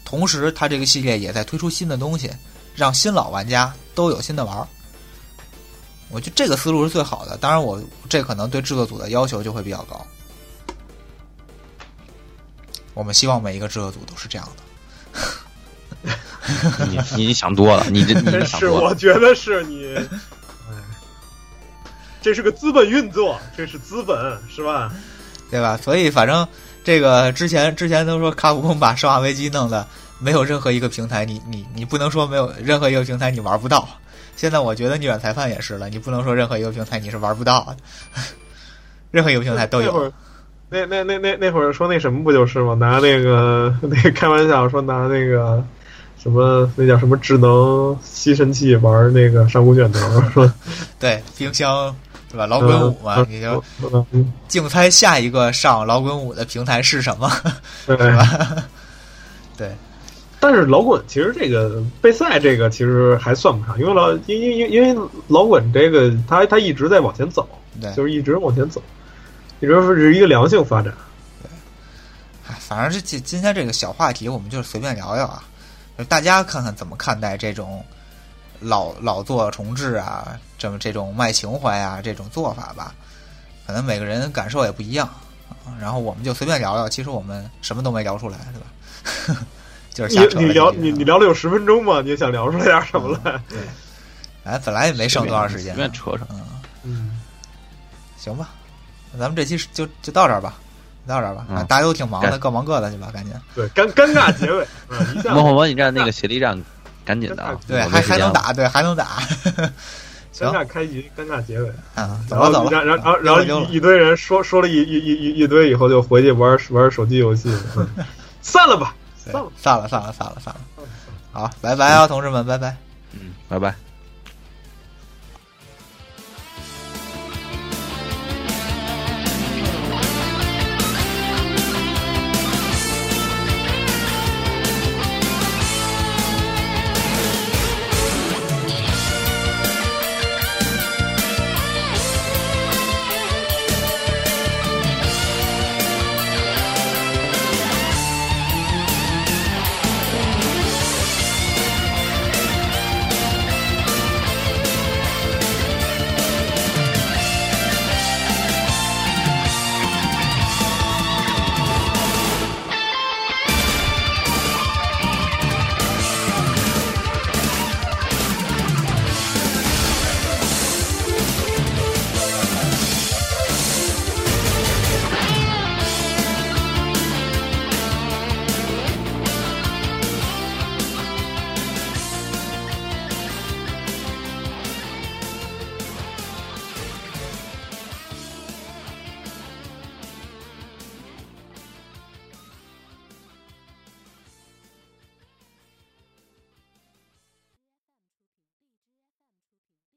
Speaker 1: 同时它这个系列也在推出新的东西，让新老玩家都有新的玩儿。我觉得这个思路是最好的，当然我这可能对制作组的要求就会比较高。我们希望每一个制作组都是这样的。
Speaker 3: 你你想多了，你这你 *laughs*
Speaker 2: 真
Speaker 1: *laughs*
Speaker 3: 想
Speaker 2: 是，
Speaker 3: 多了
Speaker 2: 我。觉得是你，哎，这是个资本运作，这是资本，是吧？
Speaker 1: 对吧？所以反正这个之前之前都说卡普空把《生化危机》弄的没有任何一个平台，你你你不能说没有任何一个平台你玩不到。现在我觉得逆转裁判也是了，你不能说任何一个平台你是玩不到的， *laughs* 任何一个平台都
Speaker 2: 那会
Speaker 1: 有
Speaker 2: 儿。那那那那那会儿说那什么不就是吗？拿那个 *laughs* 那个开玩笑说拿那个什么那叫什么智能吸尘器玩那个上古卷轴，
Speaker 1: *laughs*
Speaker 2: 说
Speaker 1: 对，冰箱对吧？老滚五嘛，啊你就
Speaker 2: 嗯
Speaker 1: 竞猜下一个上老滚五的平台是什么，
Speaker 2: *laughs*
Speaker 1: *laughs*
Speaker 2: 对。
Speaker 1: 是吧？对，
Speaker 2: 但是老滚其实这个备赛这个其实还算不上，因为老因因因因为老滚这个它它一直在往前走，
Speaker 1: 对
Speaker 2: 就是一直往前走，一直是一个良性发展。
Speaker 1: 哎，反正这今今天这个小话题，我们就是随便聊聊啊，就是大家看看怎么看待这种老老作重置啊，这么这种卖情怀啊这种做法吧。可能每个人感受也不一样，啊然后我们就随便聊聊。其实我们什么都没聊出来，对吧？ *laughs* 就是瞎扯
Speaker 2: 你你
Speaker 1: 了
Speaker 2: 聊
Speaker 1: 一句
Speaker 2: 你你
Speaker 1: 啊
Speaker 2: 聊了有十分钟嘛，你也想聊出来点什么来？
Speaker 1: 哎，本来也没剩多长时
Speaker 3: 随
Speaker 1: 间
Speaker 3: 便
Speaker 1: 啊，
Speaker 3: 扯扯。
Speaker 2: *laughs* 嗯，
Speaker 1: 行吧？那咱们这期就就到这儿吧，到这儿吧。
Speaker 3: 嗯
Speaker 1: 啊大家都挺忙的，
Speaker 3: 该
Speaker 1: 各忙各的去吧，赶紧。
Speaker 2: *laughs* 对，尴尴尬结尾，嗯一下
Speaker 3: 魔幻模拟战那个协力战，赶紧的啊！
Speaker 1: 对，
Speaker 3: 我没
Speaker 1: 还
Speaker 3: 时
Speaker 1: 还
Speaker 3: 间
Speaker 1: 能
Speaker 3: 了。
Speaker 1: 打，对，还能打。行
Speaker 2: 尴尬开局，尴尬结尾。
Speaker 1: 啊，走
Speaker 2: 然后
Speaker 1: 了走了，
Speaker 2: 然然后然后
Speaker 1: 溜了溜了
Speaker 2: 一一堆人说说了一一一一一堆以后就回去玩玩手机游戏，
Speaker 1: *laughs*
Speaker 2: 嗯散了吧，
Speaker 1: 对
Speaker 2: 散了。嗯
Speaker 1: 散了，散了，散了，散了。好，拜拜啊，同志们，拜拜。
Speaker 3: 嗯，拜拜。